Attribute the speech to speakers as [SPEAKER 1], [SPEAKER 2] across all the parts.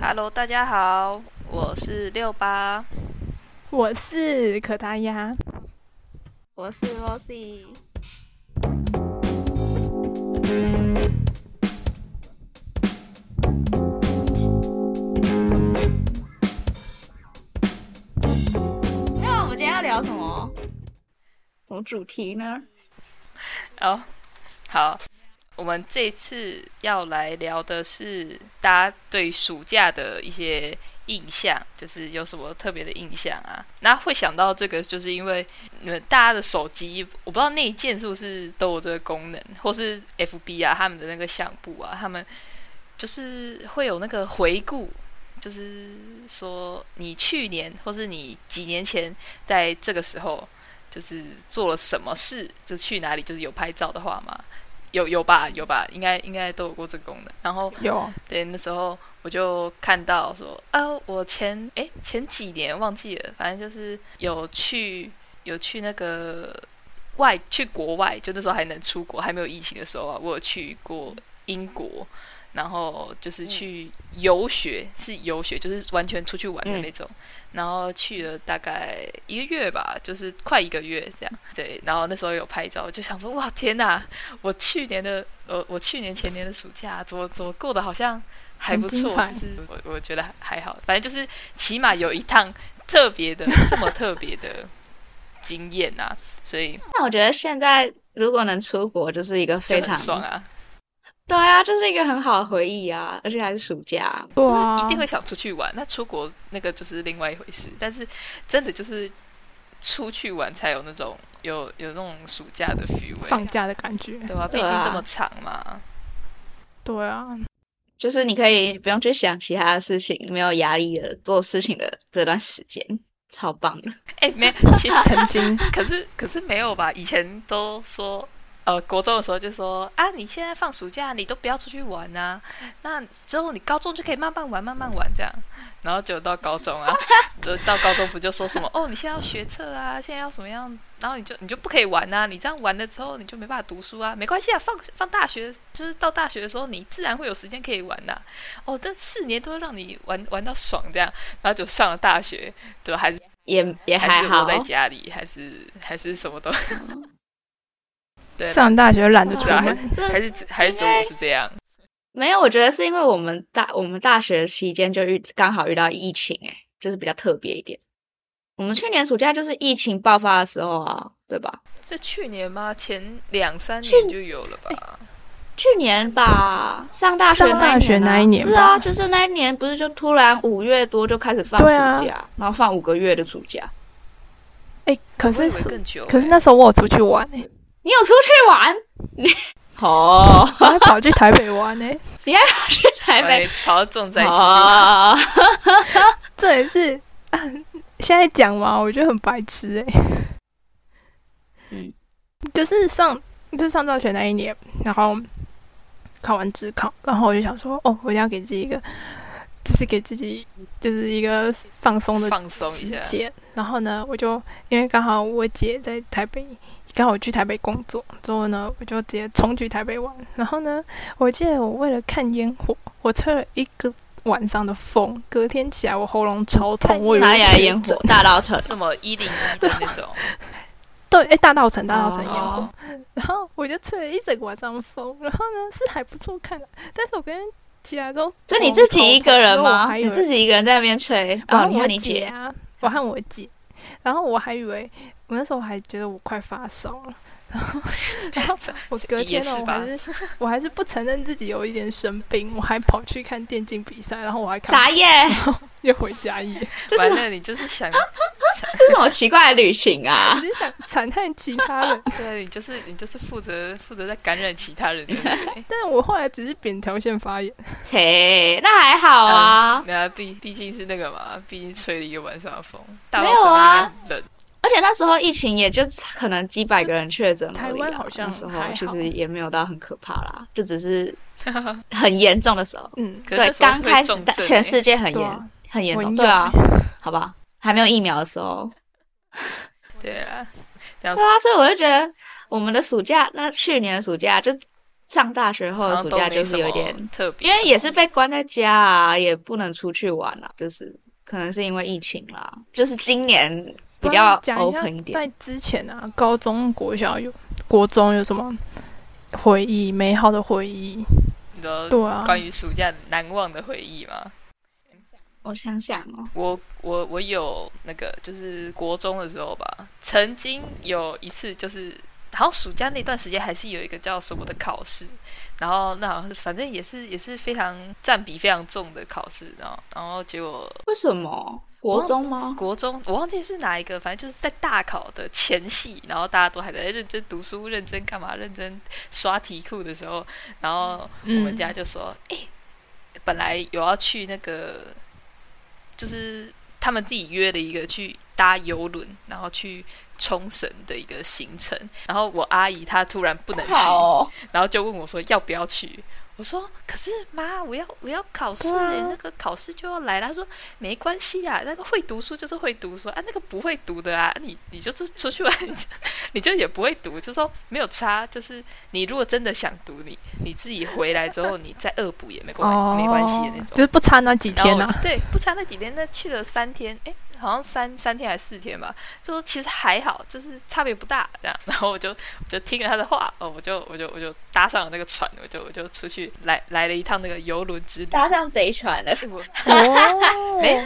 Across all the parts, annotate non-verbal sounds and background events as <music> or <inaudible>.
[SPEAKER 1] Hello，大家好，我是六八，
[SPEAKER 2] 我是可达鸭，
[SPEAKER 3] 我是 Rosie。那我们今天要聊什么？什么主题呢？
[SPEAKER 1] 哦、好，我们这次要来聊的是大家对暑假的一些印象，就是有什么特别的印象啊？那会想到这个，就是因为你们大家的手机，我不知道内建是不是都有这个功能，或是 FB 啊，他们的那个相簿啊，他们就是会有那个回顾。就是说，你去年或是你几年前，在这个时候，就是做了什么事，就去哪里，就是有拍照的话嘛，有有吧，有吧，应该应该都有过这个功能。然后
[SPEAKER 2] 有
[SPEAKER 1] 对那时候我就看到说，啊，我前诶前几年忘记了，反正就是有去有去那个外去国外，就那时候还能出国，还没有疫情的时候啊，我有去过英国。然后
[SPEAKER 2] 嗯
[SPEAKER 1] 就是去游学，是游学，就是完全出去玩
[SPEAKER 2] 嗯
[SPEAKER 1] 的那种。然后去了大概一个月吧，就是快一个月这样。对，然后那时候有拍照，就想说哇天哪，我去年的呃，我去年前年的暑假怎么怎么过得好像还不错，
[SPEAKER 2] 很
[SPEAKER 1] 就
[SPEAKER 2] 精
[SPEAKER 1] 是我我觉得还还好，反正就是起码有一趟特别的这么特别的经验啊，所以
[SPEAKER 3] 那我觉得现在如果能出国，就是一个
[SPEAKER 1] 就
[SPEAKER 3] 非
[SPEAKER 1] 很
[SPEAKER 3] 常
[SPEAKER 1] 爽啊，
[SPEAKER 3] 对啊，就是一个很好的回忆啊，而且还是暑假。
[SPEAKER 2] 哇，
[SPEAKER 1] 一定会想出去玩。那出国那个就是另外一回事，但是真的就是出去玩才有那种有有那种暑假的 feel，、欸、
[SPEAKER 2] 放假的感觉，
[SPEAKER 1] 对吧、毕
[SPEAKER 3] 对
[SPEAKER 1] 竟
[SPEAKER 3] 啊
[SPEAKER 1] 这么长嘛，
[SPEAKER 2] 对啊，
[SPEAKER 3] 就是你可以不用去想其他的事情，没有压力的做事情的这段时间，超棒的。
[SPEAKER 1] 哎、没，其实
[SPEAKER 2] 曾
[SPEAKER 1] <laughs>
[SPEAKER 2] 经
[SPEAKER 1] 可是可是没有吧？以前都说，呃，国中的时候就说啊，你现在放暑假，你都不要出去玩啊，那之后你高中就可以慢慢玩，慢慢玩这样。然后就到高中啊，就到高中不就说什么哦，你现在要学测啊，现在要怎么样？然后你就你就不可以玩啊，你这样玩了之后你就没办法读书啊。没关系啊，放放大学就是到大学的时候，你自然会有时间可以玩呐、哦，这四年都让你玩玩到爽这样，然后就上了大学，对吧？还是
[SPEAKER 3] 也也
[SPEAKER 1] 还是
[SPEAKER 3] 好
[SPEAKER 1] 窝，在家里，还是还是什么
[SPEAKER 3] <laughs>
[SPEAKER 1] 都，对啦，
[SPEAKER 2] 上大学懒得出
[SPEAKER 1] 对啊，还
[SPEAKER 2] 门，
[SPEAKER 1] 是还
[SPEAKER 3] 这
[SPEAKER 1] 是只还是只有我是这样，
[SPEAKER 3] 没有，我觉得是因为我们大我们大学期间就遇刚好遇到疫情、欸，就是比较特别一点。我们去年暑假就是疫情爆发的时候啊，对吧？
[SPEAKER 1] 这去年吗？前两三年就有了吧？
[SPEAKER 3] 去年吧，上大学
[SPEAKER 2] 上大学
[SPEAKER 3] 那
[SPEAKER 2] 那一年
[SPEAKER 3] 啊是
[SPEAKER 2] 吧
[SPEAKER 3] 啊，就是那一年不是就突然五月多就开始放暑
[SPEAKER 2] 对啊
[SPEAKER 3] 假，然后放五个月的暑假。
[SPEAKER 2] 哎，可
[SPEAKER 1] 我以
[SPEAKER 2] 是
[SPEAKER 1] 为更久欸，
[SPEAKER 2] 可是那时候我有出去玩 <laughs> 哎，
[SPEAKER 3] 你有出去玩？
[SPEAKER 2] <laughs>
[SPEAKER 3] 你哦，
[SPEAKER 2] 我还跑去台北玩哎，
[SPEAKER 3] 你还跑 <laughs> 去台
[SPEAKER 1] 我
[SPEAKER 3] 北 <laughs>
[SPEAKER 1] 还跑到重灾区，
[SPEAKER 3] 哦
[SPEAKER 2] 这也是啊现在讲嘛，我觉得很白痴哎，
[SPEAKER 3] 嗯，
[SPEAKER 2] 就是上就是上大学那一年，然后考完自考，然后我就想说，哦，我一定要给自己一个，就是给自己就是一个放松的
[SPEAKER 1] 放松
[SPEAKER 2] 时
[SPEAKER 1] 一下，
[SPEAKER 2] 间。然后呢，我就因为刚好我姐在台北，刚好去台北工作，之后呢，我就直接冲去台北玩。然后呢，我记得我为了看烟火，我吹了一个晚上的风，隔天起来我喉咙超
[SPEAKER 1] 看
[SPEAKER 2] 痛，我以
[SPEAKER 1] 烟
[SPEAKER 2] 为
[SPEAKER 3] 哪里来
[SPEAKER 2] 确
[SPEAKER 3] 烟火
[SPEAKER 2] 诊？
[SPEAKER 3] 大稻城。
[SPEAKER 1] 什么一零一的那
[SPEAKER 3] <laughs>
[SPEAKER 1] 种，
[SPEAKER 2] 对，哎，大稻城，大稻城烟火。
[SPEAKER 3] 哦
[SPEAKER 2] 然后我就吹了一整个晚上风，然后呢是还不错看的，但是我跟起来都
[SPEAKER 3] <laughs> 是你自己一个人
[SPEAKER 2] 然哦后我
[SPEAKER 3] 吗？
[SPEAKER 2] 还以
[SPEAKER 3] 你
[SPEAKER 2] 为
[SPEAKER 3] 自己一个人在那边吹？
[SPEAKER 2] 然
[SPEAKER 3] 哦，
[SPEAKER 2] 后
[SPEAKER 3] 你
[SPEAKER 2] 我
[SPEAKER 3] 和你
[SPEAKER 2] 姐
[SPEAKER 3] 姐，
[SPEAKER 2] 啊，我和我姐，然后我还以为我那时候还觉得我快发烧了，然后然后我隔
[SPEAKER 1] 也
[SPEAKER 2] 天呢，
[SPEAKER 1] 是
[SPEAKER 2] 我
[SPEAKER 1] 吧
[SPEAKER 2] 还是我还是不承认自己有一点生病，我还跑去看电竞比赛，然后我还看
[SPEAKER 3] <laughs> 傻眼，
[SPEAKER 2] 又回家一夜，
[SPEAKER 1] <laughs>
[SPEAKER 3] 这
[SPEAKER 1] 完
[SPEAKER 3] 是
[SPEAKER 1] 了你就是想，
[SPEAKER 3] 这是什么奇怪的旅行
[SPEAKER 1] <laughs>
[SPEAKER 2] 我
[SPEAKER 3] 啊？
[SPEAKER 2] 就想惨害其他
[SPEAKER 3] <laughs>
[SPEAKER 2] 人，
[SPEAKER 1] 对你就是你就是负责负责在感染其他人，对不对？
[SPEAKER 2] 但是我后来只是扁桃腺发炎，
[SPEAKER 3] 切，那还 <laughs> 好啊。
[SPEAKER 1] 没有啊，毕毕竟是那个嘛，毕竟吹了一个晚上的风，大
[SPEAKER 3] 没
[SPEAKER 1] 稻
[SPEAKER 3] 有
[SPEAKER 1] 城
[SPEAKER 3] 啊
[SPEAKER 1] 应该冷，
[SPEAKER 3] 而且那时候疫情也就可能几百个人确诊而已啊
[SPEAKER 2] 台湾好像
[SPEAKER 3] 那时
[SPEAKER 2] 还
[SPEAKER 3] 候
[SPEAKER 2] 好
[SPEAKER 3] 其实也没有到很可怕啦，就
[SPEAKER 1] <laughs>
[SPEAKER 3] 只是很严重的时候。
[SPEAKER 2] 嗯，
[SPEAKER 1] 可是
[SPEAKER 3] 对
[SPEAKER 1] 那，时候
[SPEAKER 3] 刚
[SPEAKER 1] 是
[SPEAKER 3] 开
[SPEAKER 1] 会
[SPEAKER 3] 始
[SPEAKER 1] 重
[SPEAKER 3] 大
[SPEAKER 1] 症
[SPEAKER 3] 全
[SPEAKER 1] 欸
[SPEAKER 3] 世界很
[SPEAKER 2] 对
[SPEAKER 3] 严
[SPEAKER 2] 啊，
[SPEAKER 3] 很严
[SPEAKER 2] 我
[SPEAKER 3] 重，
[SPEAKER 2] 应
[SPEAKER 3] 对啊
[SPEAKER 2] 该，
[SPEAKER 1] <laughs>
[SPEAKER 3] 好吧，还没有疫苗的时候，啊
[SPEAKER 1] 对啊，然后 <laughs>
[SPEAKER 3] 对啊，所以我就觉得我们的暑假，那去年的暑假就上大学后
[SPEAKER 1] 好
[SPEAKER 3] 的
[SPEAKER 1] 像
[SPEAKER 3] 暑
[SPEAKER 1] 都
[SPEAKER 3] 假
[SPEAKER 1] 没
[SPEAKER 3] 就是
[SPEAKER 1] 什
[SPEAKER 3] 有
[SPEAKER 1] 么
[SPEAKER 3] 点，
[SPEAKER 1] 特别
[SPEAKER 3] 因
[SPEAKER 1] 的，
[SPEAKER 3] 为也是被关在家啊，也不能出去玩啊，就是可能是因为疫情啦，就是今年
[SPEAKER 2] 不
[SPEAKER 3] 比
[SPEAKER 2] 然
[SPEAKER 3] 较
[SPEAKER 2] 讲一下
[SPEAKER 3] open 一点。
[SPEAKER 2] 在之前啊，高中、国小有国中有什么回忆？美好的回忆？
[SPEAKER 1] 你知道
[SPEAKER 2] 对啊，
[SPEAKER 1] 关于暑假难忘的回忆吗？
[SPEAKER 3] 我想想哦，
[SPEAKER 1] 我我我有那个，就是国中的时候吧，曾经有一次，就是好像暑假那段时间还是有一个叫什么的考试，然后那好像是反正也是也是非常占比非常重的考试，然后然后结果
[SPEAKER 3] 为什么国中吗？
[SPEAKER 1] 国中我忘记是哪一个，反正就是在大考的前夕，然后大家都还在认真读书、认真干嘛、认真刷题库的时候，然后
[SPEAKER 3] 嗯
[SPEAKER 1] 我们家就说，哎、本来有要去那个，就是他们自己约了一个去搭游轮，然后去冲绳的一个行程，然后我阿姨她突然不能去，
[SPEAKER 3] 好哦，
[SPEAKER 1] 然后就问我说要不要去。我说：“可是妈，我要我要考试
[SPEAKER 2] 对啊
[SPEAKER 1] 嘞、那个考试就要来了。”她说：“没关系啊，那个会读书就是会读书啊，那个不会读的啊，你你就出出去玩， <laughs> 你就你就也不会读，就说没有差。就是你如果真的想读，你你自己回来之后，你再恶补也没关、
[SPEAKER 2] 哦，
[SPEAKER 1] 没关系的那种。
[SPEAKER 2] 就是不差那几
[SPEAKER 1] 然后
[SPEAKER 2] 天
[SPEAKER 1] 我
[SPEAKER 2] 啊
[SPEAKER 1] 就。对，不差那几天，那去了三天，哎，好像三三天还是四天吧，就说其实还好，就是差别不大这样。然后我就我就听了他的话，哦，我就我就我就搭上了那个船，我就我就出去来来了一趟那个游轮之旅。
[SPEAKER 3] 搭上贼船了。
[SPEAKER 1] 哎我 <laughs>
[SPEAKER 2] 哦，
[SPEAKER 1] 没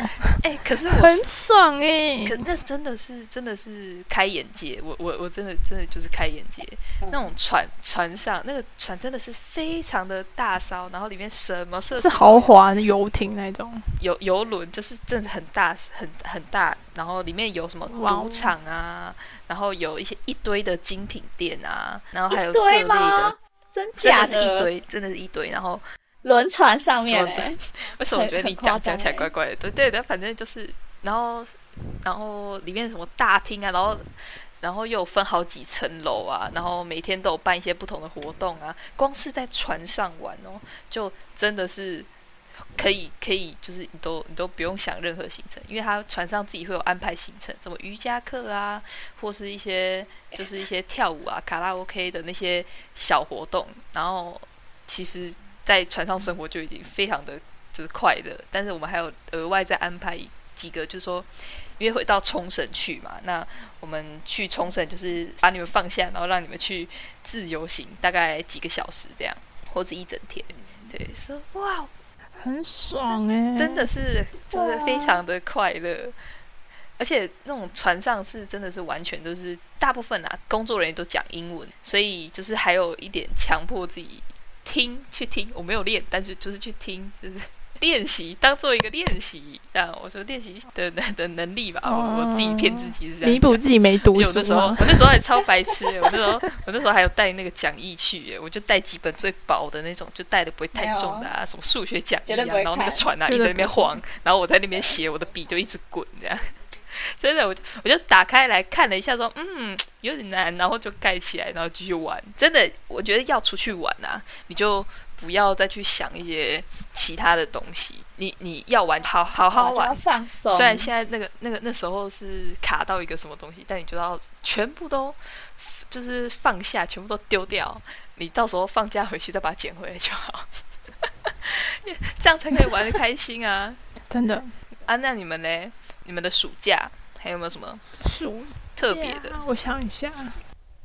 [SPEAKER 1] 哎，可是我
[SPEAKER 2] 很爽哎、
[SPEAKER 1] 可那真的是真的是开眼界，我我我真的真的就是开眼界。
[SPEAKER 2] 嗯
[SPEAKER 1] 那种船船上那个船真的是非常的大艘，然后里面什么设施
[SPEAKER 2] 是
[SPEAKER 1] 都
[SPEAKER 2] 豪
[SPEAKER 1] 有
[SPEAKER 2] 华的游艇那种，
[SPEAKER 1] 游游轮就是真的很大很很大，然后里面有什么
[SPEAKER 2] 哇哦
[SPEAKER 1] 赌场啊，然后有一些一堆的精品店啊，然后还有
[SPEAKER 3] <laughs> 一
[SPEAKER 1] 各类的
[SPEAKER 3] 堆吗，？真
[SPEAKER 1] 真
[SPEAKER 3] 假
[SPEAKER 1] 的是一堆，真的是一堆。然后
[SPEAKER 3] 轮船上
[SPEAKER 1] 什
[SPEAKER 3] 面欸
[SPEAKER 1] 么 <laughs>
[SPEAKER 3] 嘞？
[SPEAKER 1] 为什么我
[SPEAKER 3] 很
[SPEAKER 1] 觉得你
[SPEAKER 3] 很夸
[SPEAKER 1] 讲讲
[SPEAKER 3] 张
[SPEAKER 1] 起来
[SPEAKER 3] 欸
[SPEAKER 1] 怪怪的？对对的，反正就是，然后然后里面什么大厅啊，然后然后又有分好几层楼啊，然后每天都有办一些不同的活动啊。光是在船上玩哦，就真的是可以可以，就是你都你都不用想任何行程，因为他船上自己会有安排行程，什么瑜伽课啊，或是一些就是一些跳舞啊、卡拉 OK 的那些小活动，然后其实，在船上生活就已经非常的就是快乐，但是我们还有额外再安排几个，就是说，因为回到冲绳去嘛，那我们去冲绳就是把你们放下，然后让你们去自由行，大概几个小时这样，或者一整天。对，说哇，
[SPEAKER 2] 很爽哎、
[SPEAKER 1] 真的是就是
[SPEAKER 3] 哇
[SPEAKER 1] 非常的快乐，而且那种船上是真的是完全都是大部分啊工作人员都讲英文，所以就是还有一点强迫自己听去听，我没有练，但是就是去听，就是 <laughs> 练习当做一个练习啊，我说练习的的的能力吧，我我自己骗自己是这样
[SPEAKER 2] 弥补
[SPEAKER 1] 讲
[SPEAKER 2] 自己没读
[SPEAKER 1] 有
[SPEAKER 2] 书啊
[SPEAKER 1] 那时候，
[SPEAKER 2] 嘛
[SPEAKER 1] 我。那时候还超白痴欸耶、我那时候，我那时候还有带那个讲义去、欸耶，我就带几本最薄的那种，就带的不会太重的啊，什么数学讲义
[SPEAKER 3] 绝
[SPEAKER 1] 啊，
[SPEAKER 3] 对不会
[SPEAKER 1] 然后那个
[SPEAKER 3] 看
[SPEAKER 1] 船啊
[SPEAKER 2] 绝
[SPEAKER 1] 一
[SPEAKER 2] 对
[SPEAKER 1] 直在那边
[SPEAKER 2] 不会
[SPEAKER 1] 晃，然后我在那边写，我的笔就一直滚这样。 <laughs> 真的，我就我就打开来看了一下说，嗯，有点难，然后就盖起来，然后继续玩。真的，我觉得要出去玩啊，你就不要再去想一些其他的东西，你你要玩，好好好
[SPEAKER 3] 我就
[SPEAKER 1] 玩
[SPEAKER 3] 要，放松。
[SPEAKER 1] 虽然现在那个那个那时候是卡到一个什么东西，但你就要全部都就是放下，全部都丢掉，你到时候放假回去再把它捡回来就好， <laughs> 这样才可以玩的开心啊！
[SPEAKER 2] 真的
[SPEAKER 1] 啊，那你们嘞？你们的暑假还有没有什么
[SPEAKER 2] 暑
[SPEAKER 1] 特别的？
[SPEAKER 2] 假我想一下，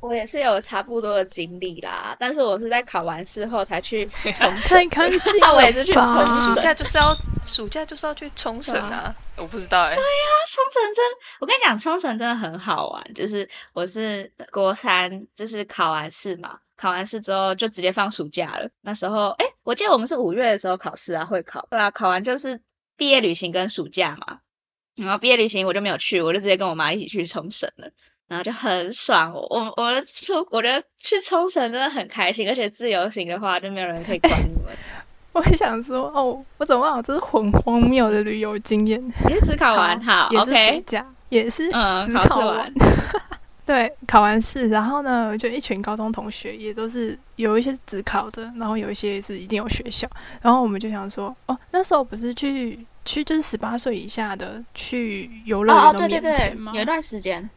[SPEAKER 3] 我也是有差不多的经历啦，但是我是在考完试后才去
[SPEAKER 1] <laughs>
[SPEAKER 3] 重
[SPEAKER 2] 太
[SPEAKER 3] 审。
[SPEAKER 2] 开心
[SPEAKER 1] 啊
[SPEAKER 3] 那我
[SPEAKER 2] 了
[SPEAKER 3] 也是去
[SPEAKER 2] 吧
[SPEAKER 3] 重
[SPEAKER 1] 暑
[SPEAKER 3] 试
[SPEAKER 1] 假就是要暑假就是要去冲绳啊！我不知道哎、
[SPEAKER 3] 那冲绳真，我跟你讲，冲绳真的很好玩。就是我是国三，就是考完试嘛，考完试之后就直接放暑假了。那时候，哎，我记得我们是五月的时候考试啊，会考。对啊，考完就是毕业旅行跟暑假嘛。然后毕业旅行我就没有去，我就直接跟我妈一起去冲绳了。然后就很爽，我我我出，我觉得去冲绳真的很开心，而且自由行的话就没有人可以管你们。
[SPEAKER 2] 我也想说哦，我怎么忘了这是很荒谬的旅游经验？
[SPEAKER 3] 你是只考完好
[SPEAKER 1] 啊
[SPEAKER 2] 也是暑
[SPEAKER 3] ，OK，
[SPEAKER 2] 假，也是
[SPEAKER 3] 嗯，
[SPEAKER 2] 只
[SPEAKER 3] 考试
[SPEAKER 2] 考
[SPEAKER 3] 完， <laughs>
[SPEAKER 2] 对，考完试，然后呢，就一群高中同学，也都是有一些是只考的，然后有一些是已经有学校，然后我们就想说，哦，那时候不是去去就是十八岁以下的去游乐
[SPEAKER 3] 哦哦，
[SPEAKER 2] 园都
[SPEAKER 3] 对对
[SPEAKER 2] 免
[SPEAKER 3] 对
[SPEAKER 2] 钱吗？，
[SPEAKER 3] 有一段时间，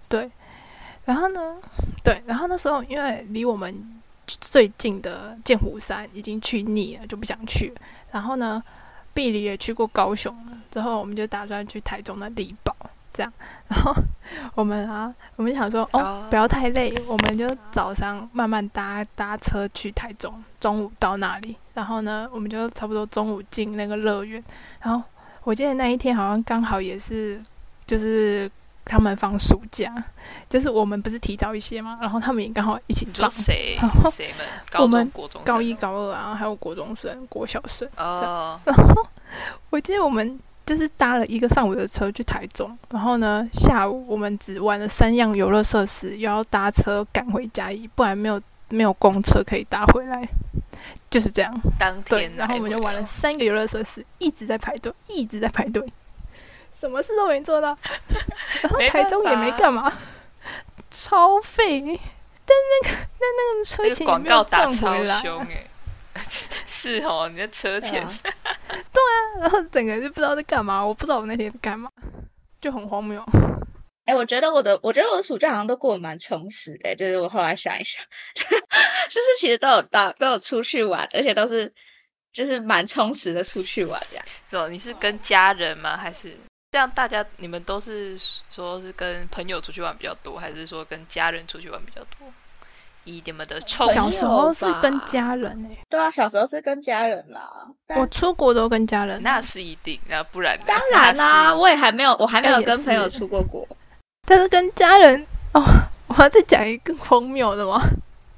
[SPEAKER 2] 然后呢，对，然后那时候因为离我们最近的剑湖山已经去腻了，就不想去了。然后呢，碧梨也去过高雄了，之后我们就打算去台中的力宝这样。然后 <laughs> 我们啊，我们想说，哦
[SPEAKER 1] 哦，
[SPEAKER 2] 不要太累，我们就早上慢慢搭搭车去台中，中午到那里。然后呢，我们就差不多中午进那个乐园。然后我记得那一天好像刚好也是，就是他们放暑假，就是我们不是提早一些嘛，然后他们也刚好一起
[SPEAKER 1] 你
[SPEAKER 2] 放
[SPEAKER 1] 说。谁
[SPEAKER 2] 然后
[SPEAKER 1] 谁们高中
[SPEAKER 2] 们
[SPEAKER 1] 国中生
[SPEAKER 2] 高一、高二啊，还有国中生、国小生。 <laughs>
[SPEAKER 1] 哦，
[SPEAKER 2] 然后我记得我们就是搭了一个上午的车去台中，然后呢，下午我们只玩了三样游乐设施，又要搭车赶回嘉义，不然没有没有公车可以搭回来，就是这样。
[SPEAKER 1] 当
[SPEAKER 2] 对
[SPEAKER 1] 天，
[SPEAKER 2] 然后我们就玩了
[SPEAKER 1] 来回哦
[SPEAKER 2] 三个游乐设施，一直在排队，一直在排队，什么事都没
[SPEAKER 1] <laughs>
[SPEAKER 2] 做到，然后
[SPEAKER 1] 没
[SPEAKER 2] 台
[SPEAKER 1] 办
[SPEAKER 2] 中也
[SPEAKER 1] 法
[SPEAKER 2] 没
[SPEAKER 1] 啊
[SPEAKER 2] 干嘛，超废。但那个那那个车
[SPEAKER 1] 那个
[SPEAKER 2] 钱也
[SPEAKER 1] 广
[SPEAKER 2] 没有
[SPEAKER 1] 告打
[SPEAKER 2] 赚
[SPEAKER 1] 超
[SPEAKER 2] 回来啊
[SPEAKER 1] 凶哎、 <laughs> 是哦，你的车钱、 <laughs>
[SPEAKER 3] 对啊
[SPEAKER 2] 然后整个就不知道在干嘛，我不知道我那天在干嘛，就很荒谬。
[SPEAKER 3] 哎、我觉得我的，我觉得我的暑假好像都过得蛮充实的、就是我后来想一想， <laughs> 就是其实都有到都有出去玩，而且都是就是蛮充实的出去玩这样。
[SPEAKER 1] 是哦，你是跟家人吗？还是这样？大家你们都是说是跟朋友出去玩比较多，还是说跟家人出去玩比较多？以你们的冲
[SPEAKER 3] 朋
[SPEAKER 2] 呃小
[SPEAKER 3] 友
[SPEAKER 2] 时候是
[SPEAKER 3] 吧
[SPEAKER 2] 跟家人哎、
[SPEAKER 3] 对啊，小时候是跟家人啦，但
[SPEAKER 2] 我出国都跟家人，
[SPEAKER 1] 那是一定，那不然呢
[SPEAKER 3] 当然啦、
[SPEAKER 1] 那是
[SPEAKER 3] 我也还没有，我还没
[SPEAKER 2] 哎
[SPEAKER 3] 有
[SPEAKER 2] 也
[SPEAKER 3] 跟朋友
[SPEAKER 2] 是
[SPEAKER 3] 出过国。
[SPEAKER 2] 但是跟家人哦， <laughs> 我要再讲一个更荒谬的吗？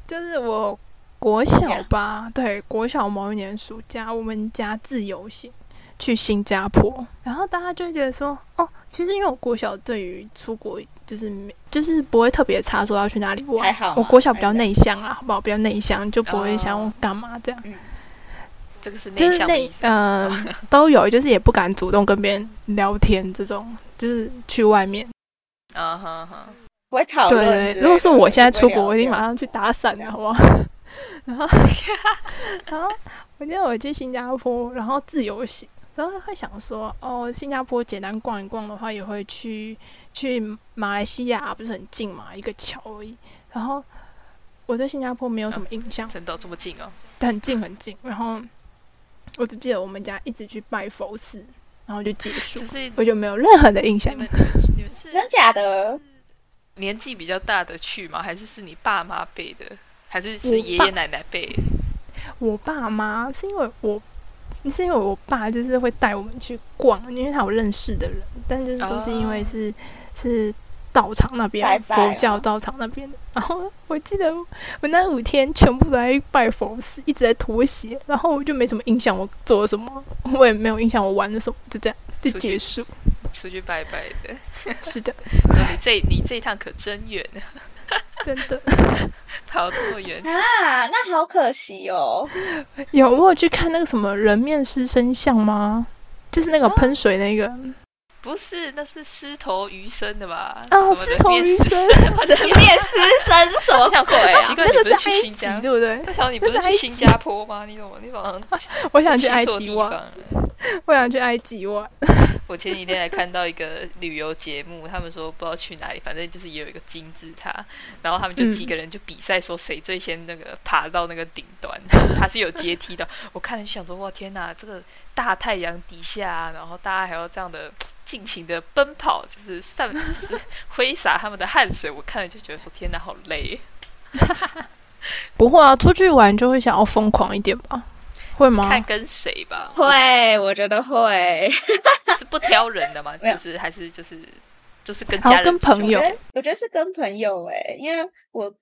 [SPEAKER 2] 就是我国小吧，对，国小某一年暑假，我们家自由行去新加坡，然后大家就会觉得说，哦，其实因为我国小对于出国就是没就是不会特别差，说要去哪里玩
[SPEAKER 3] 还，好
[SPEAKER 2] 我
[SPEAKER 3] 嘛
[SPEAKER 2] 国小比
[SPEAKER 3] 还
[SPEAKER 2] 较
[SPEAKER 3] 好
[SPEAKER 2] 内向啊，好不好？比较内向，就不会想
[SPEAKER 1] 啊哦
[SPEAKER 2] 要干嘛这样。
[SPEAKER 1] 这个是内
[SPEAKER 2] 就是
[SPEAKER 1] 向的意
[SPEAKER 2] 那
[SPEAKER 1] 思。
[SPEAKER 2] 嗯、 <laughs>
[SPEAKER 1] <laughs>
[SPEAKER 2] 都有，就是也不敢主动跟别人聊天，这种就是去外面。
[SPEAKER 1] 嗯哼哼，
[SPEAKER 3] 不会讨
[SPEAKER 2] 对
[SPEAKER 3] 论之
[SPEAKER 2] 对
[SPEAKER 3] 类的。
[SPEAKER 2] 对，如果是我现在
[SPEAKER 3] 不
[SPEAKER 2] 出
[SPEAKER 3] 会
[SPEAKER 2] 国，
[SPEAKER 3] 聊
[SPEAKER 2] 我一定
[SPEAKER 3] 天
[SPEAKER 2] 马上去啊打伞
[SPEAKER 3] 这
[SPEAKER 2] 了，
[SPEAKER 3] 样
[SPEAKER 2] 好不好？ <laughs> 然后，然后我记得我去新加坡，然后自由行，然后会想说，哦，新加坡简单逛一逛的话，也会去去马来西亚，不是很近嘛，一个桥而已。然后我对新加坡没有什么印象，
[SPEAKER 1] 真的这么近哦？
[SPEAKER 2] 很近很近。然后我只记得我们家一直去拜佛寺，然后就结束
[SPEAKER 1] 只，是你
[SPEAKER 2] 我就没有任何的印象
[SPEAKER 1] 们你。们你们是
[SPEAKER 3] 真假的？
[SPEAKER 1] 年纪比较大的去吗？还是是你爸妈辈的？还是
[SPEAKER 2] 我
[SPEAKER 1] 是爷
[SPEAKER 2] 爸
[SPEAKER 1] 爷奶奶辈？
[SPEAKER 2] 我爸妈是因为我，是因为我爸就是会带我们去逛，因为他有认识的人，但就是都是因为
[SPEAKER 1] 哦
[SPEAKER 2] 是、是道场那边啊
[SPEAKER 3] 拜拜
[SPEAKER 2] 佛教
[SPEAKER 3] 哦
[SPEAKER 2] 道场那边的。然后我记得我那五天全部都在拜佛寺，一直在脱鞋，然后我就没什么印象我做了什么，我也没有印象我玩了什么，就这样就
[SPEAKER 1] 出去
[SPEAKER 2] 结束。
[SPEAKER 1] 出去拜拜的？
[SPEAKER 2] 是的，
[SPEAKER 1] 说你这你这一趟可真远，
[SPEAKER 2] 真的
[SPEAKER 1] 跑这么远去。
[SPEAKER 3] 啊，那好可惜哦。
[SPEAKER 2] 有我有去看那个什么人面狮身像吗？就是那个
[SPEAKER 1] 哦
[SPEAKER 2] 喷水那个，
[SPEAKER 1] <laughs> 不是，那是狮头鱼身的吧？
[SPEAKER 2] 哦
[SPEAKER 1] 什么
[SPEAKER 2] 狮头
[SPEAKER 1] 人面
[SPEAKER 2] 鱼
[SPEAKER 1] 狮
[SPEAKER 2] 身哦
[SPEAKER 1] 身。 <laughs> 我就
[SPEAKER 3] 人面狮身是什么
[SPEAKER 1] 我想说哎
[SPEAKER 3] 鬼啊？
[SPEAKER 1] 奇怪，
[SPEAKER 2] 那
[SPEAKER 1] 你
[SPEAKER 2] 个
[SPEAKER 1] 不
[SPEAKER 2] 是
[SPEAKER 1] 去
[SPEAKER 2] 埃
[SPEAKER 1] 新
[SPEAKER 2] 及
[SPEAKER 1] 加
[SPEAKER 2] 对不对？
[SPEAKER 1] 我想你不是
[SPEAKER 2] 那是埃
[SPEAKER 1] 去
[SPEAKER 2] 及
[SPEAKER 1] 新加坡吗？你怎么你好像
[SPEAKER 2] 我想去
[SPEAKER 1] 去
[SPEAKER 2] 埃
[SPEAKER 1] 错地
[SPEAKER 2] 及
[SPEAKER 1] 方
[SPEAKER 2] 玩，
[SPEAKER 1] 了。
[SPEAKER 2] 我想去埃及玩。
[SPEAKER 1] 我前几天还看到一个旅游节目，他们说不知道去哪里，反正就是也有一个金字塔，然后他们就
[SPEAKER 2] 嗯
[SPEAKER 1] 几个人就比赛说谁最先那个爬到那个顶端，它是有阶梯的。我看了就想说，哇天哪，这个大太阳底下啊、然后大家还要这样的尽情的奔跑，就是散，就是挥洒他们的汗水，我看了就觉得说，天哪，好累。
[SPEAKER 2] 不会啊，出去玩就会想要疯狂一点吧？会 <laughs> 吗？
[SPEAKER 1] 哦看跟谁吧，
[SPEAKER 3] 会，我觉得会。
[SPEAKER 1] 是不挑人的嘛，
[SPEAKER 3] 没有
[SPEAKER 1] 就是还是就是就是跟
[SPEAKER 2] 还
[SPEAKER 1] 家
[SPEAKER 2] 要
[SPEAKER 1] 人
[SPEAKER 2] 跟朋友
[SPEAKER 3] 我觉得我觉得是跟朋友哎、因为我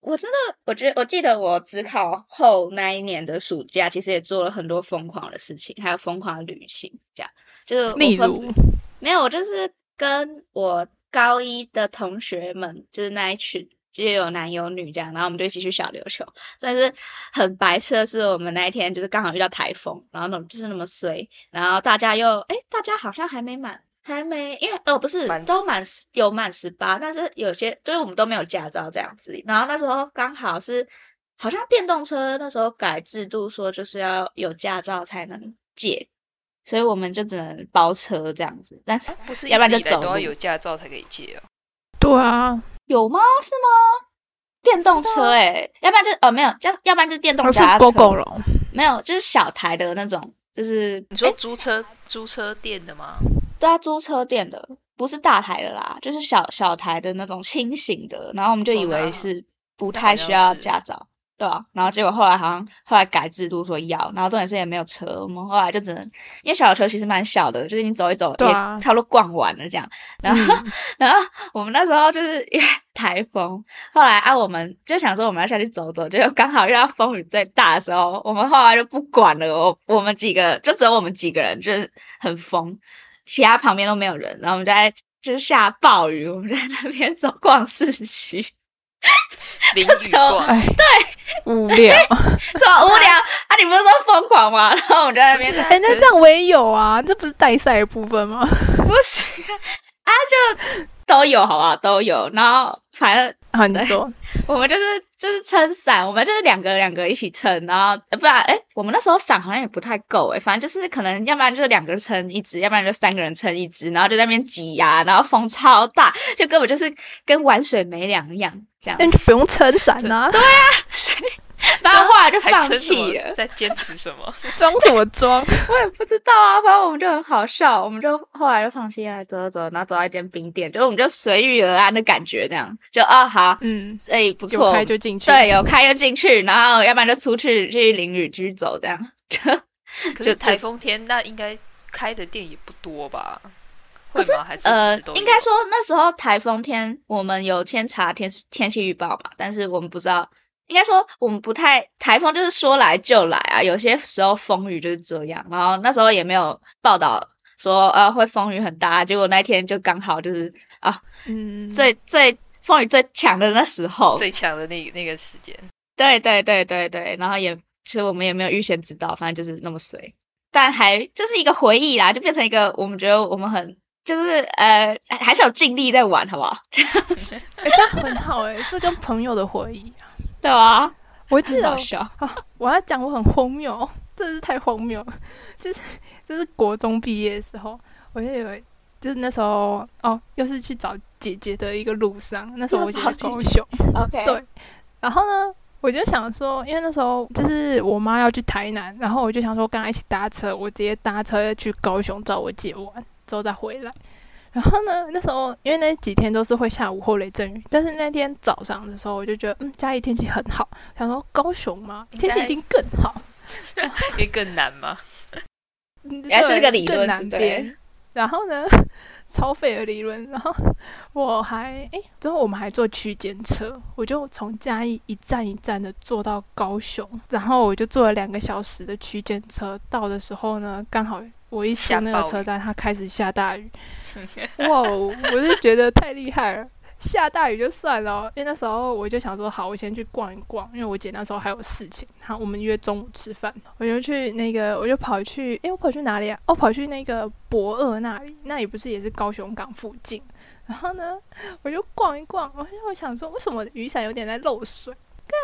[SPEAKER 3] 我真的我觉得我记得我只考后那一年的暑假，其实也做了很多疯狂的事情，还有疯狂的旅行，这样就是我
[SPEAKER 2] 例
[SPEAKER 3] 分
[SPEAKER 2] 如
[SPEAKER 3] 没有，我就是跟我高一的同学们，就是那一群，就是有男有女这样，然后我们就一起去小琉球。但是很白痴的是，我们那一天就是刚好遇到台风，然后那种就是那么衰，然后大家又哎，大家好像还没满。还没，因为哦不是
[SPEAKER 1] 满
[SPEAKER 3] 都满十有满十八，但是有些就是我们都没有驾照这样子。然后那时候刚好是好像电动车那时候改制度说就是要有驾照才能借，所以我们就只能包车这样子。但是
[SPEAKER 1] 不是
[SPEAKER 3] 要不然
[SPEAKER 1] 一直
[SPEAKER 3] 就
[SPEAKER 1] 以来
[SPEAKER 3] 走
[SPEAKER 1] 都要
[SPEAKER 3] 路
[SPEAKER 1] 有驾照才可以借哦。
[SPEAKER 2] 对啊，
[SPEAKER 3] 有吗？是吗？电动车哎、要不然就是哦没有，要要不然就是电动
[SPEAKER 2] 我是
[SPEAKER 3] 脚踏车，
[SPEAKER 2] 狗狗龙，
[SPEAKER 3] 没有就是小台的那种，就是
[SPEAKER 1] 你说
[SPEAKER 3] 诶
[SPEAKER 1] 租车、租车店的
[SPEAKER 3] <laughs>
[SPEAKER 1] 吗？
[SPEAKER 3] 对啊，租车店的，不是大台的啦，就是小小台的那种轻型的，然后我们就以
[SPEAKER 1] 哦那
[SPEAKER 3] 为是不
[SPEAKER 1] 那
[SPEAKER 3] 太
[SPEAKER 1] 好
[SPEAKER 3] 需
[SPEAKER 1] 像
[SPEAKER 3] 要
[SPEAKER 1] 是
[SPEAKER 3] 驾照，对啊，然后结果后来好像后来改制度说要，然后重点是也没有车，我们后来就只能，因为小球其实蛮小的，就是你走一走
[SPEAKER 2] 对
[SPEAKER 3] 也
[SPEAKER 2] 啊
[SPEAKER 3] 差不多逛完了这样， <laughs> 然后、
[SPEAKER 2] 嗯，
[SPEAKER 3] 然后我们那时候就是因为 <laughs> 台风，后来啊，我们就想说我们要下去走走，结果刚好遇到风雨最大的时候，我们后来就不管了，我我们几个就只有我们几个人，就是很疯，其他旁边都没有人，然后我们就在就是下暴雨，我们就在那边 <laughs> 走逛市区，
[SPEAKER 1] 淋雨逛，
[SPEAKER 2] 哎，对，无
[SPEAKER 3] <laughs>
[SPEAKER 2] 聊。
[SPEAKER 3] 说无 <laughs> 聊啊，你不是说疯狂吗？ <laughs> 然后我们就在那边
[SPEAKER 1] 不是啊
[SPEAKER 2] 哎，那这样我也有啊，这不是带赛的部分吗？
[SPEAKER 3] 不是啊，就都有好不好？都有，然后反正
[SPEAKER 2] 啊，你说，
[SPEAKER 3] 我们就是就是撑伞，我们就是两个两个一起撑，然后呃不然哎，我们那时候伞好像也不太够哎，反正就是可能要不然就是两个人撑一只，要不然就三个人撑一只，然后就在那边挤呀、然后风超大，就根本就是跟玩水没两样这样
[SPEAKER 2] 哎那。你就不用撑伞啊， <laughs>
[SPEAKER 3] 然后后来就
[SPEAKER 1] 还
[SPEAKER 3] 放
[SPEAKER 1] 撑什
[SPEAKER 3] 弃了
[SPEAKER 1] 么？，在坚持什
[SPEAKER 3] <laughs>
[SPEAKER 1] 么？
[SPEAKER 2] 装什么装？
[SPEAKER 3] 我也不知道啊，反正我们就很好笑，我们就后来就放弃啊，走走走，然后走到一间冰店，就我们就随遇而安的感觉这样，就哦好，
[SPEAKER 2] <laughs> 嗯，
[SPEAKER 3] 所以不
[SPEAKER 2] 有
[SPEAKER 3] 错，
[SPEAKER 2] 开就进去。
[SPEAKER 3] 对，有开就进去，然后要不然就出去去淋雨继续走这样。
[SPEAKER 1] 可
[SPEAKER 3] 就是
[SPEAKER 1] 台风天那应该开的店也不多吧？会
[SPEAKER 3] 可
[SPEAKER 1] 吗？还是其
[SPEAKER 3] 呃
[SPEAKER 1] 实都，有
[SPEAKER 3] 应该说那时候台风天，我们有先查天天气预报嘛，但是我们不知道，应该说我们不太台风就是说来就来啊，有些时候风雨就是这样，然后那时候也没有报道说呃会风雨很大，结果那一天就刚好就是
[SPEAKER 2] 嗯，
[SPEAKER 3] 最、最风雨最强的那时候，
[SPEAKER 1] 最强的那那个时间，
[SPEAKER 3] 对对对对对，然后也其实我们也没有预先知道，反正就是那么随，但还就是一个回忆啦，就变成一个我们觉得我们很就是呃还还是有尽力在玩，好不好？
[SPEAKER 2] 哎，这样很好哎，是跟朋友的回忆。啊
[SPEAKER 3] 对吧？
[SPEAKER 2] 我记
[SPEAKER 3] 很
[SPEAKER 2] 得
[SPEAKER 3] 好笑，
[SPEAKER 2] 我要讲我很荒谬， <laughs> 真是太荒谬了。 <laughs> 就是就是国中毕业的时候，我就以为就是那时候哦，又是去找姐姐的一个路上，那时候我姐在高雄，<laughs>
[SPEAKER 3] OK，
[SPEAKER 2] 对然后呢。我就想说，因为那时候就是我妈要去台南，然后我就想说跟她一起搭车，我直接搭车去高雄找我姐玩，之后再回来。然后呢，那时候因为那几天都是会下午后雷阵雨，但是那天早上的时候，我就觉得嗯，家里天气很好，想说高雄嘛，
[SPEAKER 1] 应
[SPEAKER 2] 天气
[SPEAKER 1] 该
[SPEAKER 2] 一定更好。
[SPEAKER 1] 因为更难嘛。 <laughs>
[SPEAKER 2] 嗯
[SPEAKER 3] 原来是
[SPEAKER 2] 对
[SPEAKER 3] 这个理论
[SPEAKER 2] 更
[SPEAKER 3] 是
[SPEAKER 2] 难
[SPEAKER 3] 对
[SPEAKER 2] 编。然后呢，超费的理论。然后我还诶，之后我们还坐区间车，我就从嘉义一站一站的坐到高雄，然后我就坐了两个小时的区间车。到的时候呢，刚好我一出
[SPEAKER 1] 下
[SPEAKER 2] 那个
[SPEAKER 1] 暴
[SPEAKER 2] 车
[SPEAKER 3] 欸
[SPEAKER 1] 雨
[SPEAKER 2] 站，它开始下大雨。哇哦，我就觉得太厉害了。下大雨就算了哦，因为那时候我就想说，好，我先去逛一逛，因为我姐那时候还有事情。然后我们约中午吃饭，我就去那个，我 <laughs> 就跑去，诶，我跑去哪里啊？哦，跑去那个博二那里，那里不是也是高雄港附近？然后呢，我就逛一逛，我就想说，为什么雨伞有点在漏水？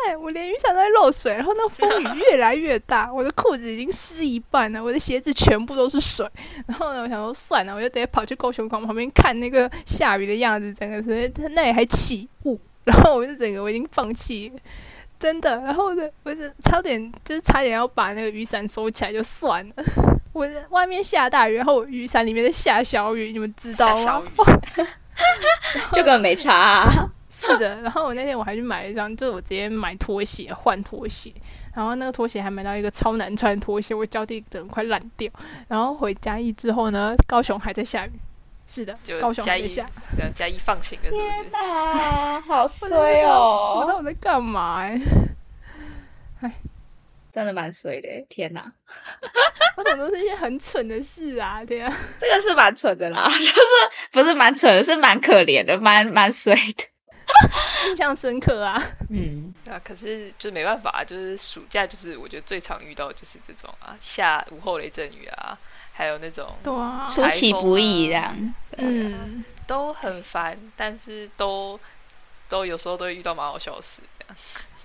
[SPEAKER 2] 看我连雨伞都在漏水，然后那风雨越来越大，我的裤子已经湿一半了，我的鞋子全部都是水。然后呢，我想说算了，我就得跑去高雄港旁边看那个下雨的样子，整个是它那里还起雾，然后我就整个我已经放弃了，真的。然后呢，我是差点就是差点要把那个雨伞收起来就算了。 <laughs> 我在外面下大雨，然后我雨伞里面在下小雨，你们知道
[SPEAKER 1] 下
[SPEAKER 3] 啊
[SPEAKER 2] 吗
[SPEAKER 1] 小？雨，
[SPEAKER 3] 这个没差、 <laughs> 啊。
[SPEAKER 2] 是的， <laughs> 然后我那天我还去买了一张，就是我直接买拖鞋换拖鞋，然后那个拖鞋还买到一个超难穿的拖鞋，我脚底整个快烂掉。然后回嘉义之后呢，高雄还在下雨， <laughs> 是的
[SPEAKER 1] 就，
[SPEAKER 2] 高雄
[SPEAKER 1] 嘉
[SPEAKER 2] 还在
[SPEAKER 1] 义
[SPEAKER 2] <laughs> 下。
[SPEAKER 1] 等嘉义啊放晴了，是不是？
[SPEAKER 3] 哪，啊好哦
[SPEAKER 2] 我真的不知道我不知！道我在干嘛哎、
[SPEAKER 3] 真的蛮衰的，天哪，
[SPEAKER 2] 我怎么都是一些很蠢的事啊？对啊，
[SPEAKER 3] 这个是蛮蠢的啦， <laughs> 就是不是蛮蠢的，是蛮可怜的，蛮蛮衰的。
[SPEAKER 2] 印象深刻啊。
[SPEAKER 3] 嗯，
[SPEAKER 1] 啊，可是就没办法，啊就是暑假就是我觉得最常遇到的就是这种啊，下午后雷阵雨啊，还有那种
[SPEAKER 2] 对啊
[SPEAKER 3] 出其不意这样。
[SPEAKER 2] 嗯，
[SPEAKER 1] 都很烦，但是都都有时候都会遇到蛮好笑的事。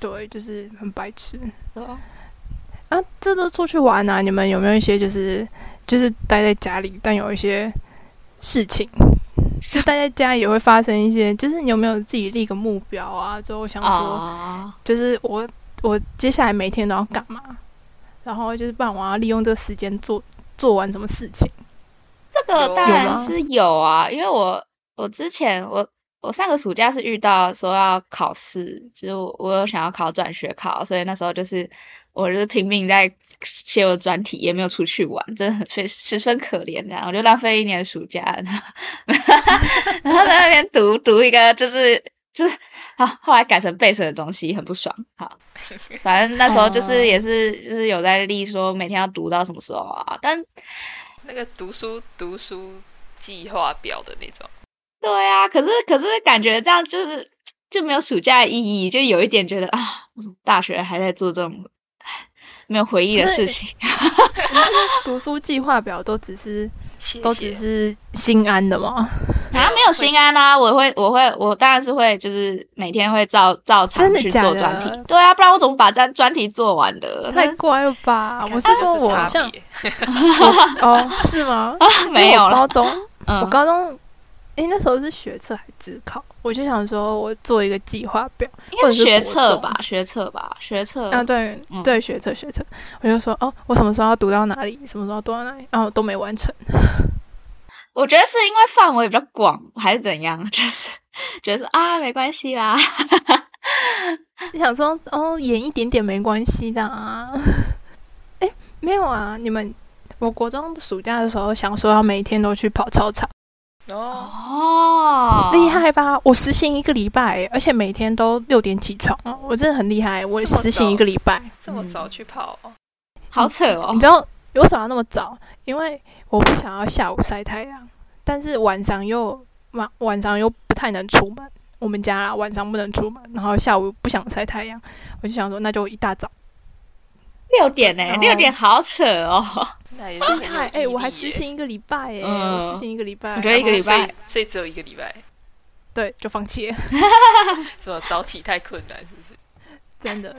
[SPEAKER 2] 对，就是很白痴啊。这都出去玩啊，你们有没有一些就是就是待在家里，但有一些事情
[SPEAKER 3] 上。
[SPEAKER 2] 大家家也会发生一些，就是你有没有自己立个目标啊？就我想说，
[SPEAKER 3] 哦，
[SPEAKER 2] 就是我我接下来每天都要干嘛，然后就是不然我要利用这个时间做做完什么
[SPEAKER 1] <laughs>
[SPEAKER 2] 事情。
[SPEAKER 3] 这个
[SPEAKER 1] 有
[SPEAKER 3] 当
[SPEAKER 2] 有
[SPEAKER 3] 然
[SPEAKER 2] 吗
[SPEAKER 3] 是有啊，因为我我之前我我上个暑假是遇到说要考试，就是我我有想要考转学考，所以那时候就是我就是拼命在写我的专题，也没有出去玩，真的很非十分可怜这样，我就浪费一年暑假，然后 <laughs> 然后在那边读读一个就是。就是好，后来改成背水的东西，很不爽。好，反正那时候就是
[SPEAKER 2] 哦
[SPEAKER 3] 也是就是有在立说每天要读到什么时候啊，但
[SPEAKER 1] 那个 <laughs> 读书读书计划表的那种，
[SPEAKER 3] 对啊，可是可是感觉这样就是就没有暑假的意义，就有一点觉得啊，我怎么大学还在做这种唉没有回忆的事情。 <laughs>
[SPEAKER 2] 读书计划表都只是
[SPEAKER 1] 谢
[SPEAKER 2] 都
[SPEAKER 1] 谢
[SPEAKER 2] 只是心安的嘛，
[SPEAKER 1] 没有
[SPEAKER 3] 啊，没有心安啦、我会，我会，我当然是会，就是每天会照照常
[SPEAKER 2] 真的
[SPEAKER 3] 去
[SPEAKER 2] 假
[SPEAKER 3] 做
[SPEAKER 2] 的
[SPEAKER 3] 专题。对啊，不然我怎么把这专题做完的？
[SPEAKER 2] 太
[SPEAKER 3] 但是
[SPEAKER 2] 乖了吧！
[SPEAKER 3] 啊
[SPEAKER 1] 看
[SPEAKER 2] 我
[SPEAKER 1] 这
[SPEAKER 2] 是
[SPEAKER 1] 就
[SPEAKER 2] 说我
[SPEAKER 1] 差
[SPEAKER 2] 像
[SPEAKER 1] 别
[SPEAKER 2] 哦是吗？
[SPEAKER 3] <laughs> 没
[SPEAKER 2] 因为
[SPEAKER 3] 有
[SPEAKER 2] 我
[SPEAKER 3] 了
[SPEAKER 2] 高。中我
[SPEAKER 3] 嗯，
[SPEAKER 2] 高中，诶，那时候是学测还是自考？我就想说，我做一个计划表，
[SPEAKER 3] 应
[SPEAKER 2] 或
[SPEAKER 3] 该
[SPEAKER 2] 者
[SPEAKER 3] 是
[SPEAKER 2] 是
[SPEAKER 3] 学
[SPEAKER 2] 国
[SPEAKER 3] 测
[SPEAKER 2] 中
[SPEAKER 3] 吧，学测吧，学测。
[SPEAKER 2] 啊，对
[SPEAKER 3] 嗯
[SPEAKER 2] 对，学测学测，我就说哦，我什么时候要读到哪里，什么时候读到哪里，然后都没完成。
[SPEAKER 3] 我觉得是因为范围比较广，还是怎样？ <laughs> 就是觉得说啊，没关系啦。
[SPEAKER 2] 就想说哦，演一点点没关系的 <laughs> 啊。哎，没有啊，你们，我国中暑假的时候想说要每天都去跑操场，
[SPEAKER 1] 哦，
[SPEAKER 3] 哦，
[SPEAKER 2] 厉害吧？我实行一个礼拜，而且每天都六点起床哦，我真的很厉害。我
[SPEAKER 1] 这么
[SPEAKER 2] 实行一
[SPEAKER 1] 早
[SPEAKER 2] 个礼拜，
[SPEAKER 1] 这么早去跑哦，
[SPEAKER 3] 好扯哦
[SPEAKER 2] 你。知道为什么要那么早？因为我不想要下午晒太阳，但是晚上又晚晚上又不太能出门。我们家啦，晚上不能出门，然后下午不想晒太阳，我就想说那就一大早。
[SPEAKER 3] 六点呢、
[SPEAKER 2] 然后
[SPEAKER 3] 六点好扯哦！ <laughs>
[SPEAKER 1] 那也是很有
[SPEAKER 2] 哎、
[SPEAKER 1] 毅
[SPEAKER 2] 我还
[SPEAKER 1] 力
[SPEAKER 2] 实
[SPEAKER 1] 耶
[SPEAKER 2] 行一个礼拜哎、
[SPEAKER 3] 嗯
[SPEAKER 2] 我实行一个礼拜，
[SPEAKER 3] 我觉得一个礼
[SPEAKER 1] 然后
[SPEAKER 3] 拜
[SPEAKER 1] 所以所以只有一个礼拜，
[SPEAKER 2] 对就放弃了，
[SPEAKER 1] 什么早起太困难是不
[SPEAKER 3] <laughs>
[SPEAKER 1] 是？
[SPEAKER 2] 真的。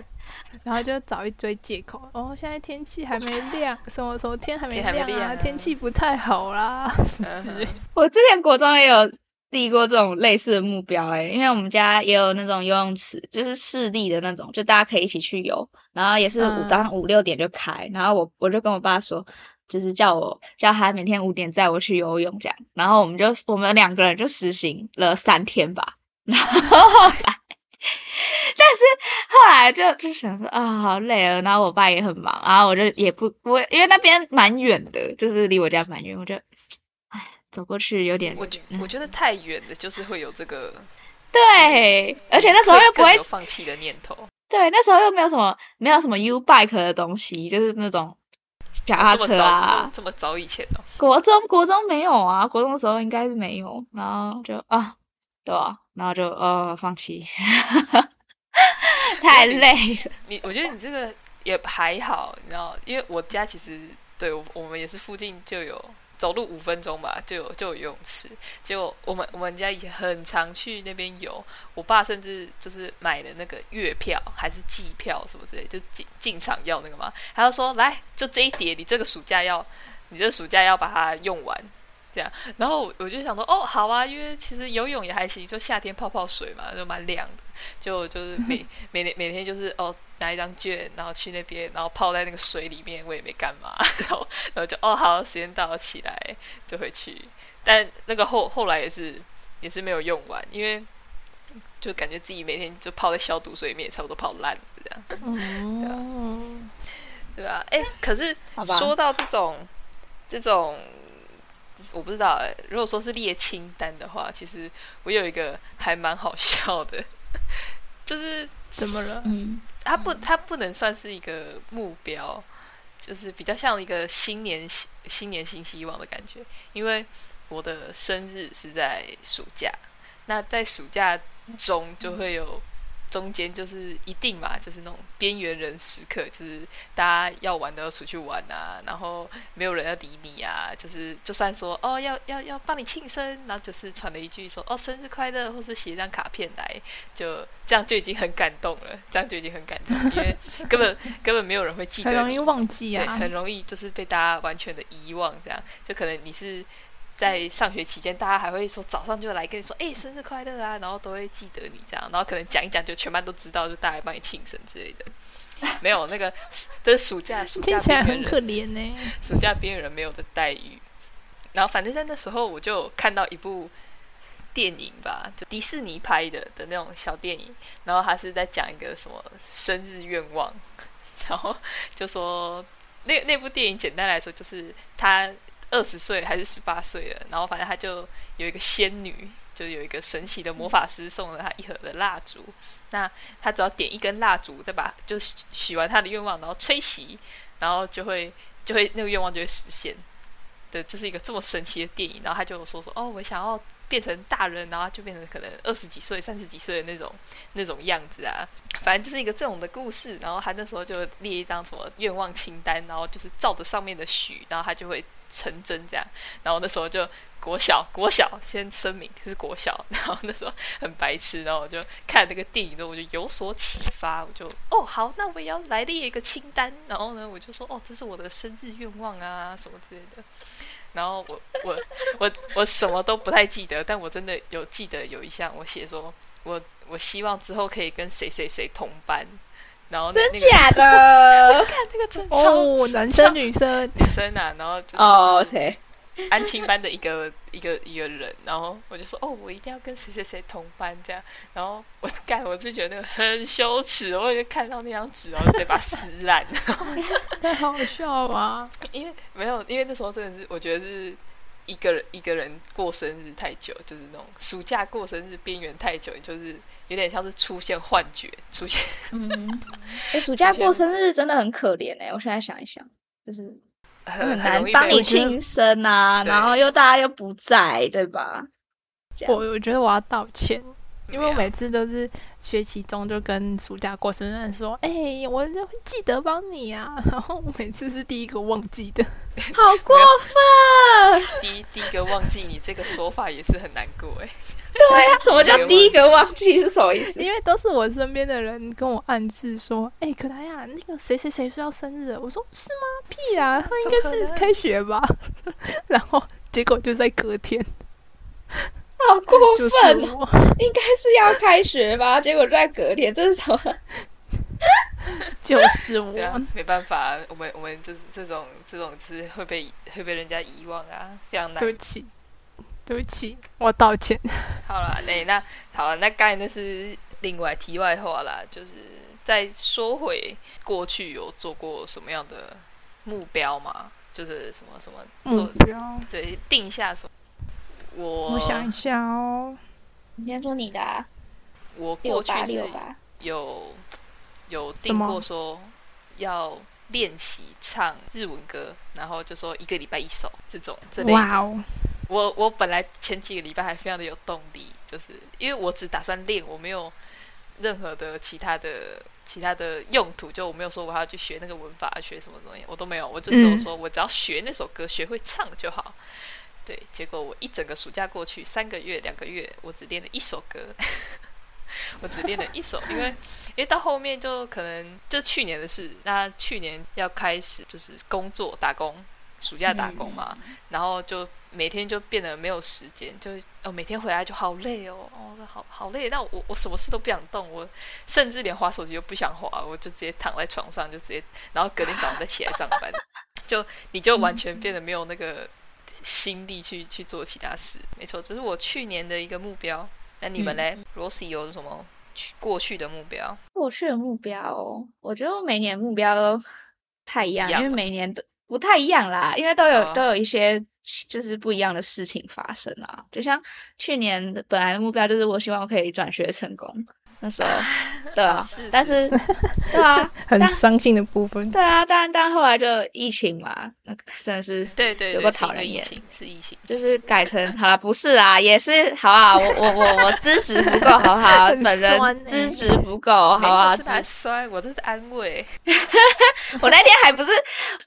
[SPEAKER 2] 然后就找一堆借口，哦，现在天气还没亮，什么什么天还没
[SPEAKER 1] 天还没
[SPEAKER 2] 亮
[SPEAKER 1] 亮
[SPEAKER 2] 啊，
[SPEAKER 1] 啊
[SPEAKER 2] 天气不太好啦，什么
[SPEAKER 1] 嗯
[SPEAKER 2] 之
[SPEAKER 1] 哼
[SPEAKER 2] 类。
[SPEAKER 3] 我之前国中也有立过这种类似的目标哎、因为我们家也有那种游泳池，就是市立的那种，就大家可以一起去游，然后也是五
[SPEAKER 2] 嗯
[SPEAKER 3] 早上五六点就开，然后我我就跟我爸说。就是叫我叫他每天五点载我去游泳这样，然后我们就我们两个人就实行了三天吧，然后后来，但是后来就就想说啊、好累哦，然后我爸也很忙，然后我就也不我因为那边蛮远的，就是离我家蛮远，我就哎走过去有点嗯
[SPEAKER 1] 我觉我觉得太远的，就是会有这个，
[SPEAKER 3] 对，而且那时候
[SPEAKER 1] 会 <laughs>
[SPEAKER 3] 又不
[SPEAKER 1] 更
[SPEAKER 3] 会
[SPEAKER 1] 有放弃的念
[SPEAKER 3] <laughs>
[SPEAKER 1] 头。
[SPEAKER 3] 对，那时候又没有什么没有什么 U bike 的东西，就是那种脚踏
[SPEAKER 1] 这么
[SPEAKER 3] 车
[SPEAKER 1] 早、
[SPEAKER 3] 啊。
[SPEAKER 1] 这么早以前哦，
[SPEAKER 3] 国中国中没有啊，国中的时候应该是没有，然后就啊，对啊，然后就呃放弃， <laughs> 太累了。
[SPEAKER 1] 你我觉得你这个也还好，你知道，因为我家其实对我我们也是附近就有。走路五分钟吧，就有就有游泳池。结果我们我们家也很常去那边游，我爸甚至就是买了那个月票还是季票什么之类，就进进场要那个嘛。他就说来，就这一叠，你这个暑假要，你这个暑假要把它用完，这样。然后我我就想说，哦，好啊，因为其实游泳也还行，就夏天泡泡水嘛，就蛮凉的。就就是每每天每天就是哦拿一张券，然后去那边，然后泡在那个水里面，我也没干嘛， <laughs> 然后然后就哦好，时间到了起来就回去。但那个后后来也是也是没有用完，因为就感觉自己每天就泡在消毒水里面，也差不多泡烂了这样，
[SPEAKER 2] 嗯，
[SPEAKER 1] 对吧、啊？哎，可是
[SPEAKER 3] 好吧
[SPEAKER 1] 说到这种这种，我不知道哎、如果说是列清单的话，其实我有一个还蛮好笑的，就是
[SPEAKER 2] 怎么
[SPEAKER 3] <laughs>
[SPEAKER 2] 了？
[SPEAKER 3] 嗯，
[SPEAKER 1] 它不，它不能算是一个目标，就是比较像一个新年新新年新希望的感觉。因为我的生日是在暑假，那在暑假中就会有中间就是一定嘛，就是那种边缘人时刻，就是大家要玩的要出去玩啊，然后没有人要理你啊，就是就算说哦要要要帮你庆生，然后就是传了一句说哦生日快乐，或是写一张卡片来，就这样就已经很感动了，这样就已经很感动了，因为根本根本没有人会记得
[SPEAKER 2] 很
[SPEAKER 1] 你，
[SPEAKER 2] 容易忘记
[SPEAKER 1] 对，
[SPEAKER 2] 啊
[SPEAKER 1] 很。容易就是被大家完全的遗忘，这样就可能你是在上学期间，大家还会说早上就来跟你说，哎、生日快乐啊，然后都会记得你这样，然后可能讲一讲就全班都知道，就大家来帮你庆生之类的。没有那个，这是暑假，暑假
[SPEAKER 2] 听起来
[SPEAKER 1] 边缘
[SPEAKER 2] 很
[SPEAKER 1] 人
[SPEAKER 2] 可怜呢、
[SPEAKER 1] 暑假边缘人没有的待遇。然后反正在那时候我就看到一部电影吧，就迪士尼拍的的那种小电影，然后他是在讲一个什么生日愿望， <laughs> 然后就说那那部电影简单来说就是他二十岁还是十八岁了，然后反正他就有一个仙女。就有一个神奇的魔法师送了他一盒的蜡烛，那他只要点一根蜡烛，再把就许许完他的愿望，然后吹熄，然后就会就会那个愿望就会实现。对，就是一个这么神奇的电影。然后他就有说说哦，我想要变成大人，然后就变成可能二十几岁、三十几岁的那种那种样子啊。反正就是一个这种的故事。然后他那时候就列一张什么愿望清单，然后就是照着上面的许，然后他就会成真这样。然后那时候就国小国小先声明是国小，然后那时候很白痴，然后我就看那个电影之后，我就有所启发，我就哦好，那我也要来列一个清单，然后呢，我就说哦，这是我的生日愿望啊，什么之类的。然后我我我我什么都不太记得，但我真的有记得有一项，我写说我我希望之后可以跟谁谁谁同班，然后那
[SPEAKER 3] 真
[SPEAKER 1] 那个
[SPEAKER 2] <laughs>
[SPEAKER 3] 假的？
[SPEAKER 1] 看那个真超
[SPEAKER 2] 哦，男生女生，
[SPEAKER 1] 女生啊，然后就
[SPEAKER 3] 哦
[SPEAKER 1] 就是
[SPEAKER 3] ，OK，
[SPEAKER 1] 安亲班的一个一个一个人，然后我就说哦，我一定要跟谁谁谁同班这样，然后我干我就觉得很羞耻，我就看到那张纸，然后直接把它撕烂， <laughs>
[SPEAKER 2] 太好笑了、啊。
[SPEAKER 1] 因为没有，因为那时候真的是我觉得是一个人一个人过生日太久，就是那种暑假过生日边缘太久，就是有点像是出现幻觉，出现
[SPEAKER 3] 嗯，哎，暑假过生日真的很可怜哎、我现在想一想，就是
[SPEAKER 1] 很
[SPEAKER 3] 很
[SPEAKER 1] 呃很
[SPEAKER 3] 难
[SPEAKER 1] 容易
[SPEAKER 3] 帮
[SPEAKER 1] 被
[SPEAKER 3] 你庆生啊，
[SPEAKER 1] 对
[SPEAKER 3] 然后又大家又不在，对吧？这
[SPEAKER 2] 我
[SPEAKER 3] 样
[SPEAKER 2] 我觉得我要道歉，因为
[SPEAKER 1] 没有
[SPEAKER 2] 我每次都是学期中就跟暑假过生日说，哎、我就会记得帮你啊， <laughs> 然后我每次是第一个忘记的。
[SPEAKER 3] 好过分！
[SPEAKER 1] 第一第一个忘记你这个说法也是很难过哎、
[SPEAKER 3] 对啊，什么叫第一个忘记是什么意思？
[SPEAKER 2] 因为都是我身边的人跟我暗示说，哎、可达呀，那个谁谁谁说要生日了，我说是吗？屁啊，他应该
[SPEAKER 1] 怎么
[SPEAKER 2] 是
[SPEAKER 1] 可能
[SPEAKER 2] 开学吧。 <laughs> 然后结果就在隔天，
[SPEAKER 3] 好过
[SPEAKER 2] 就
[SPEAKER 3] 分
[SPEAKER 2] 是
[SPEAKER 3] 哦！
[SPEAKER 2] 我，
[SPEAKER 3] 应该是要开学吧？结果就在隔天，这是什么？
[SPEAKER 2] 就是
[SPEAKER 1] 对啊
[SPEAKER 2] 我，，
[SPEAKER 1] 没办法，我们我们就是这种这种就是会被会被人家遗忘啊，非常难
[SPEAKER 2] 对不起，对不起，我道歉。
[SPEAKER 1] 好啦，那那好啦，那刚才那是另外题外话啦，就是再说回过去有做过什么样的目标吗？就是什么什么
[SPEAKER 2] 目
[SPEAKER 1] 做，
[SPEAKER 2] 标，
[SPEAKER 1] 对，定下什么？我
[SPEAKER 2] 嗯我想一下哦，
[SPEAKER 3] 你先说你的、啊，
[SPEAKER 1] 我
[SPEAKER 3] 六
[SPEAKER 1] 过去
[SPEAKER 3] 八
[SPEAKER 1] 是
[SPEAKER 3] 六吧。
[SPEAKER 1] 有有
[SPEAKER 2] 什
[SPEAKER 1] 定
[SPEAKER 2] 么
[SPEAKER 1] 过说要练习唱日文歌，然后就说一个礼拜一首这种这类的
[SPEAKER 2] 哇哦，
[SPEAKER 1] 我我本来前几个礼拜还非常的有动力，就是因为我只打算练，我没有任何的其他的其他的用途，就我没有说我还要去学那个文法，啊学什么东西，我都没有，我就只有
[SPEAKER 2] 嗯
[SPEAKER 1] 说我只要学那首歌，学会唱就好。对，结果我一整个暑假过去，三个月、两个月，我只练了一首歌，我只练了一首，因为因为到后面就可能就去年的事，那去年要开始就是工作打工，暑假打工嘛，然后就每天就变得没有时间，就哦每天回来就好累哦，哦好好累，那我我什么事都不想动，我甚至连滑手机都不想滑，我就直接躺在床上就直接，然后隔天早上再起来上班，就你就完全变得没有那个心力去去做其他事，没错，这是我去年的一个目标。那你们嘞，罗西有什么去过去的目标？
[SPEAKER 3] 过去的目标哦，我觉得我每年目标都不太一样，
[SPEAKER 1] 一样
[SPEAKER 3] 因为
[SPEAKER 1] 吗
[SPEAKER 3] 每年都不太一样啦，因为都有、
[SPEAKER 1] 哦
[SPEAKER 3] 都有一些就是不一样的事情发生啊。就像去年的本来的目标就是我希望我可以转学成功，那时候对啊，
[SPEAKER 1] 是
[SPEAKER 3] 但
[SPEAKER 1] 是
[SPEAKER 3] <laughs> 是对啊
[SPEAKER 2] 很
[SPEAKER 3] 但
[SPEAKER 2] 伤心的部分。
[SPEAKER 3] 对啊，但但后来就疫情嘛，那真的是
[SPEAKER 1] 对对
[SPEAKER 3] 有
[SPEAKER 1] 对，
[SPEAKER 3] 个
[SPEAKER 1] 是
[SPEAKER 3] 讨
[SPEAKER 1] 因为
[SPEAKER 3] 人
[SPEAKER 1] 疫
[SPEAKER 3] 厌
[SPEAKER 1] 情是疫情，
[SPEAKER 3] 就是改成好了，不是啊，也是好啊，我我我我支持不够，好不好？
[SPEAKER 2] 很酸
[SPEAKER 3] 本人
[SPEAKER 2] 欸
[SPEAKER 3] 支持不够，哦好啊不好？
[SPEAKER 1] 这哪酸，我这是安
[SPEAKER 3] <laughs>
[SPEAKER 1] 慰。
[SPEAKER 3] 我那天还不是，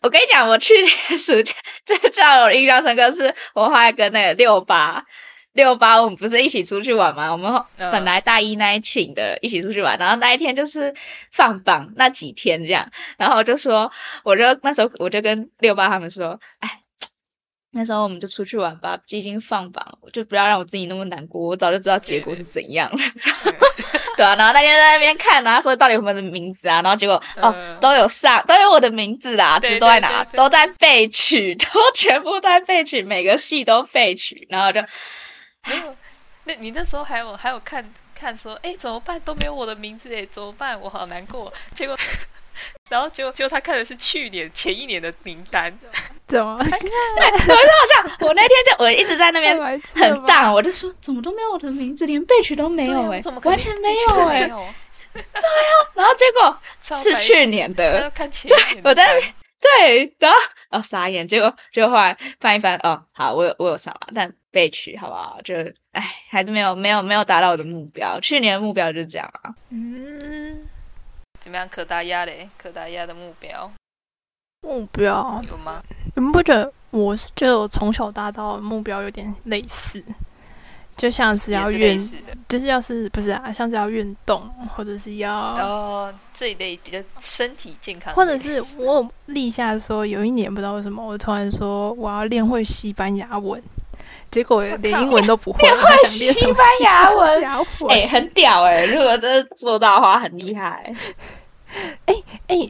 [SPEAKER 3] 我跟你讲，我去年暑假 <laughs> 最让我印象深刻是，我后来跟那个六八六八，我们不是一起出去玩吗？我们后
[SPEAKER 1] 嗯
[SPEAKER 3] 本来大一那一请的一起出去玩，然后那一天就是放榜那几天这样，然后我就说，我就那时候我就跟六八他们说，哎。那时候我们就出去玩吧，已经放榜，就不要让我自己那么难过。我早就知道结果是怎样了， <laughs> 对啊，然后大家在那边看啊，说到底有没有我的名字啊，然后结果、哦
[SPEAKER 1] 嗯
[SPEAKER 3] 都有上，都有我的名字啦，
[SPEAKER 1] 对
[SPEAKER 3] 字都在哪，
[SPEAKER 1] 对对对
[SPEAKER 3] 都在背取， <laughs> 都全部都在背取，每个系都背取，然后就
[SPEAKER 1] 没有，那你那时候还有还有看看说，哎，怎么办？都没有我的名字哎，怎么办？我好难过。结果， <laughs> 然后结果结果他看的是去年前一年的名单，
[SPEAKER 2] 怎么
[SPEAKER 3] 我那天就我一直在那
[SPEAKER 1] <laughs>
[SPEAKER 3] 边
[SPEAKER 2] 太白痴了
[SPEAKER 3] 很
[SPEAKER 2] 吧
[SPEAKER 3] 荡，我就说怎么都没有我的名字，连背取都没
[SPEAKER 1] 对啊
[SPEAKER 3] 有
[SPEAKER 1] 我
[SPEAKER 3] 哎、
[SPEAKER 1] 怎么可能
[SPEAKER 3] 完全没
[SPEAKER 1] 去
[SPEAKER 3] 有
[SPEAKER 1] 年
[SPEAKER 3] 哎、
[SPEAKER 1] 没有？
[SPEAKER 3] 然后结果
[SPEAKER 1] 超
[SPEAKER 3] 是
[SPEAKER 1] 白
[SPEAKER 3] 去
[SPEAKER 1] 痴，嗯
[SPEAKER 3] 年
[SPEAKER 1] 他
[SPEAKER 3] 的
[SPEAKER 1] 要，看前一年的
[SPEAKER 3] 我在那
[SPEAKER 1] 单
[SPEAKER 3] 对，然后哦傻眼，结果结果后来翻一翻，哦好，我有我有上了，但被取好不好？就哎还是没有没有没有达到我的目标，去年的目标就是这样啊。
[SPEAKER 2] 嗯，
[SPEAKER 1] 怎么样？可达鸭嘞？可达鸭的目标
[SPEAKER 2] 目标，
[SPEAKER 3] 哦
[SPEAKER 1] 有吗？
[SPEAKER 2] 你们不觉得？我是觉得我从小到大的目标有点类似，就像是
[SPEAKER 1] 也
[SPEAKER 2] 要
[SPEAKER 1] 是类
[SPEAKER 2] 运，
[SPEAKER 1] 似的
[SPEAKER 2] 就是要是不是啊，像是要运动，或者是要，
[SPEAKER 1] 哦，这一类比较身体健康类，
[SPEAKER 2] 或者是我有立下说，有一年不知道为什么，我突然说我要练会西班牙文，结果连英文都不会，我还想练什么
[SPEAKER 3] 西班牙文
[SPEAKER 2] 西班牙文
[SPEAKER 3] 哎、很屌哎、如果真的做到的话，很厉害、
[SPEAKER 2] 哎、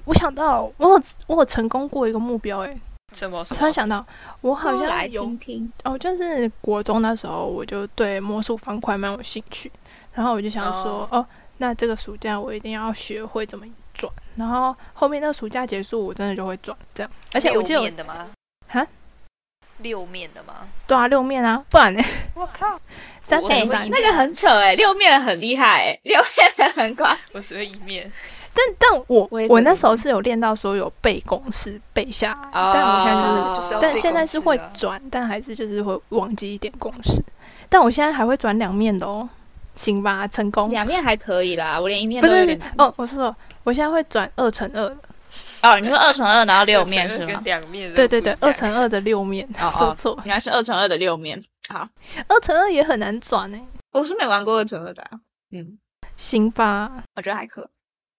[SPEAKER 2] 我想到我有我有成功过一个目标、哎，
[SPEAKER 1] 什么什
[SPEAKER 2] 我
[SPEAKER 1] 么
[SPEAKER 2] 突然想到，我好
[SPEAKER 3] 说来
[SPEAKER 2] 像有
[SPEAKER 3] 听听，
[SPEAKER 2] 哦，就是国中那时候，我就对魔术方块蛮有兴趣，然后我就想说，哦那这个暑假我一定要学会怎么转，然后后面那个暑假结束，我真的就会转这样。而且我记得
[SPEAKER 1] 六
[SPEAKER 2] 我
[SPEAKER 1] 面的吗？
[SPEAKER 2] 哈，
[SPEAKER 1] 六面的吗？
[SPEAKER 2] 对啊，六面啊，不然呢？
[SPEAKER 1] 我靠，
[SPEAKER 2] 三
[SPEAKER 1] 我
[SPEAKER 2] 乘
[SPEAKER 1] 只会
[SPEAKER 2] 三
[SPEAKER 1] 一。
[SPEAKER 3] 那个很扯哎、六面很厉害哎、六面的很广，
[SPEAKER 1] 我只会一面。
[SPEAKER 2] 但但我
[SPEAKER 3] 我也
[SPEAKER 2] 我
[SPEAKER 3] 觉得
[SPEAKER 2] 那时候是有练到说有背公式背下来，<laughs>
[SPEAKER 3] 哦
[SPEAKER 2] 但我现在就是
[SPEAKER 1] 就是要
[SPEAKER 2] 但
[SPEAKER 1] 背
[SPEAKER 2] 现在
[SPEAKER 1] 公
[SPEAKER 2] 是
[SPEAKER 1] 式
[SPEAKER 2] 会
[SPEAKER 1] 啊
[SPEAKER 2] 转，但还是就是会忘记一点公式。但我现在还会转两面的哦，行吧，成功。
[SPEAKER 3] 两面还可以啦，我连一面
[SPEAKER 2] 不
[SPEAKER 3] 都有
[SPEAKER 2] 是
[SPEAKER 3] 点
[SPEAKER 2] 哦，我是说，我现在会转二乘二的，
[SPEAKER 3] 哦，你说二乘二，然后六
[SPEAKER 1] 二乘
[SPEAKER 3] 面
[SPEAKER 1] 二
[SPEAKER 3] 是
[SPEAKER 1] 跟
[SPEAKER 3] 吗？
[SPEAKER 1] 两面
[SPEAKER 2] 对对对，二
[SPEAKER 1] 层
[SPEAKER 2] 乘二的六面，
[SPEAKER 3] 哦
[SPEAKER 2] 说
[SPEAKER 3] 哦，
[SPEAKER 2] 错，
[SPEAKER 3] 原来是二乘二的六面。好，
[SPEAKER 2] 二乘二也很难转呢、
[SPEAKER 3] 我是没玩过二乘二的啊、嗯，
[SPEAKER 2] 行吧？
[SPEAKER 3] 我觉得还可，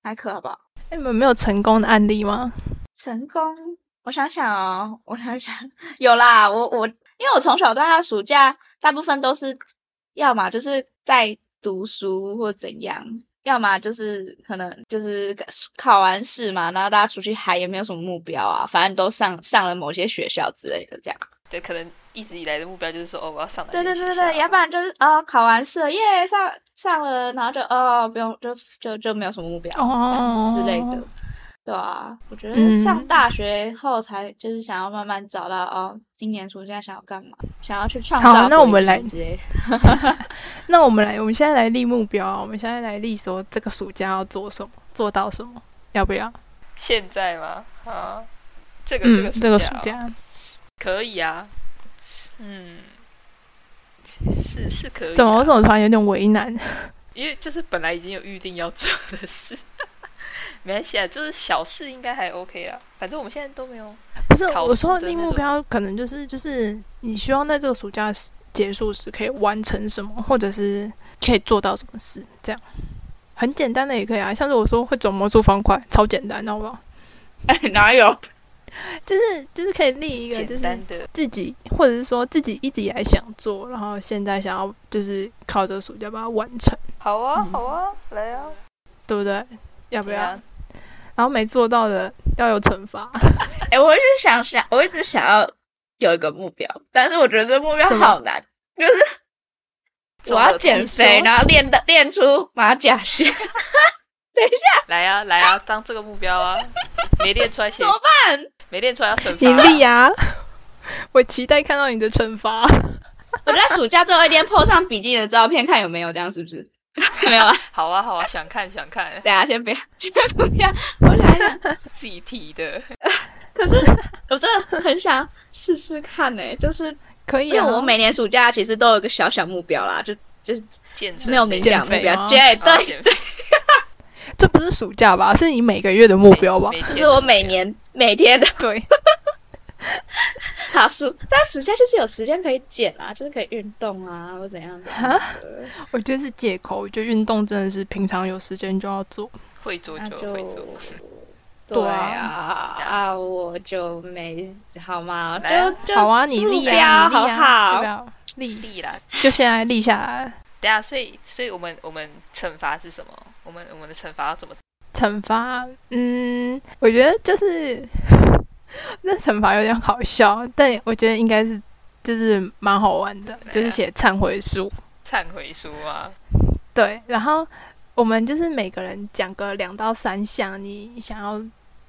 [SPEAKER 3] 还可好不好？
[SPEAKER 2] 哎你们没有成功的案例吗？
[SPEAKER 3] 成功，我想想哦，我想想，有啦，我我因为我从小到大暑假大部分都是，要么就是在读书或怎样，要么就是可能就是考完试嘛，然后大家出去嗨也没有什么目标啊，反正都上上了某些学校之类的这样。
[SPEAKER 1] 对，可能一直以来的目标就是说，哦，我要上哪
[SPEAKER 3] 对
[SPEAKER 1] 间
[SPEAKER 3] 对对
[SPEAKER 1] 学
[SPEAKER 3] 对，
[SPEAKER 1] 校
[SPEAKER 3] 要不然就是哦考完试了耶上上了，然后就哦不用就就就没有什么目标。
[SPEAKER 2] 哦
[SPEAKER 3] 之类的。对啊，我觉得
[SPEAKER 2] 嗯
[SPEAKER 3] 上大学后才就是想要慢慢找到、哦，今年暑假想要干嘛，想要去创造
[SPEAKER 2] 好
[SPEAKER 3] 回忆之类的。
[SPEAKER 2] 那我们来那我们来，我们现在来立目标啊，我们现在来立说这个暑假要做什么，做到什么，要不要？
[SPEAKER 1] 现在吗？啊，这个
[SPEAKER 2] 嗯，这个暑
[SPEAKER 1] 哦
[SPEAKER 2] 假，
[SPEAKER 1] 可以啊，嗯，是是可以啊，
[SPEAKER 2] 怎么我怎么突然有点为难？
[SPEAKER 1] 因为就是本来已经有预定要做的事， <laughs> 没关系啊，就是小事应该还 OK 啊。反正我们现在都没有，
[SPEAKER 2] 不是，
[SPEAKER 1] 考
[SPEAKER 2] 我说
[SPEAKER 1] 试的
[SPEAKER 2] 定
[SPEAKER 1] 那
[SPEAKER 2] 目
[SPEAKER 1] 种
[SPEAKER 2] 标可能就是就是你希望在这个暑假时结束时可以完成什么，或者是可以做到什么事，这样很简单的也可以啊。像是我说会转魔术方块，超简单，好不好？
[SPEAKER 3] <laughs> 哪有？
[SPEAKER 2] 就是就是可以立一个就
[SPEAKER 1] 简
[SPEAKER 2] 是
[SPEAKER 1] 单的
[SPEAKER 2] 自己，或者是说自己一直以来想做，然后现在想要就是靠这个暑假把它完成，
[SPEAKER 1] 好啊
[SPEAKER 2] 嗯
[SPEAKER 1] 好啊，来啊，
[SPEAKER 2] 对不对？要不
[SPEAKER 1] 怎
[SPEAKER 2] 要？
[SPEAKER 1] 样？
[SPEAKER 2] 然后没做到的要有惩罚，
[SPEAKER 3] 哎、我一直想想，我一直想要有一个目标，但是我觉得这目标
[SPEAKER 2] 什么
[SPEAKER 3] 好难， <laughs> 就是我
[SPEAKER 1] 综
[SPEAKER 3] 要
[SPEAKER 1] 合
[SPEAKER 3] 减
[SPEAKER 2] 你
[SPEAKER 3] 肥，
[SPEAKER 2] 说
[SPEAKER 3] 然后练的练出马甲线，
[SPEAKER 1] 来啊来啊，当这个目标
[SPEAKER 3] <laughs>
[SPEAKER 1] 啊，没练出来写
[SPEAKER 3] 怎么办？
[SPEAKER 1] 没练出来要惩罚
[SPEAKER 2] 你
[SPEAKER 1] 啊、
[SPEAKER 2] 立啊！ <laughs> 我期待看到你的惩罚。
[SPEAKER 3] <laughs> 我在暑假最后一天 po 上比基尼的照片，看有没有这样，是不是？ <laughs> 没有啊，
[SPEAKER 1] 好啊好啊，想看想看，
[SPEAKER 3] 等一下先不要，先不要，我想一想。
[SPEAKER 1] 自己提的。
[SPEAKER 3] 可是我真的很想试试看呢、欸就是
[SPEAKER 2] 可以
[SPEAKER 3] 因
[SPEAKER 2] 啊，
[SPEAKER 3] 为我每年暑假其实都有一个小小目标啦，就就是
[SPEAKER 1] 健身
[SPEAKER 3] 没有明
[SPEAKER 1] 类
[SPEAKER 2] 减
[SPEAKER 3] 讲目
[SPEAKER 2] 肥
[SPEAKER 3] 标，
[SPEAKER 2] 吗
[SPEAKER 3] 对
[SPEAKER 1] 啊
[SPEAKER 3] 对，
[SPEAKER 1] 减肥
[SPEAKER 2] 这不是暑假吧？是你每个月的目标吧？
[SPEAKER 1] 每
[SPEAKER 3] 就
[SPEAKER 1] 天
[SPEAKER 3] 是我每年每天的
[SPEAKER 2] 对， <laughs>
[SPEAKER 3] 好暑，但暑假就是有时间可以减啊，就是可以运动啊，或怎样的。
[SPEAKER 2] 我觉得是借口。我觉得运动真的是平常有时间就要做。
[SPEAKER 1] 会做
[SPEAKER 3] 那
[SPEAKER 1] 就会做
[SPEAKER 3] 就，对
[SPEAKER 2] 啊
[SPEAKER 3] 啊啊，我就没好吗？
[SPEAKER 1] 来啊
[SPEAKER 3] 就就
[SPEAKER 2] 好啊，你
[SPEAKER 3] 目
[SPEAKER 2] 立
[SPEAKER 3] 标
[SPEAKER 2] 啊，
[SPEAKER 3] 好不
[SPEAKER 2] 好？
[SPEAKER 3] 好？
[SPEAKER 2] 要立，
[SPEAKER 1] 力啦。
[SPEAKER 2] 就现在立下来。
[SPEAKER 1] 等一下，所以所以我们我们惩罚是什么？我们我们的惩罚要怎么？
[SPEAKER 2] 惩罚，嗯，我觉得就是 <laughs> 那惩罚有点好笑，但我觉得应该是就是蛮好玩的，就是写忏悔书。
[SPEAKER 1] 忏悔书啊， <laughs>
[SPEAKER 2] 对，然后我们就是每个人讲个两到三项你想要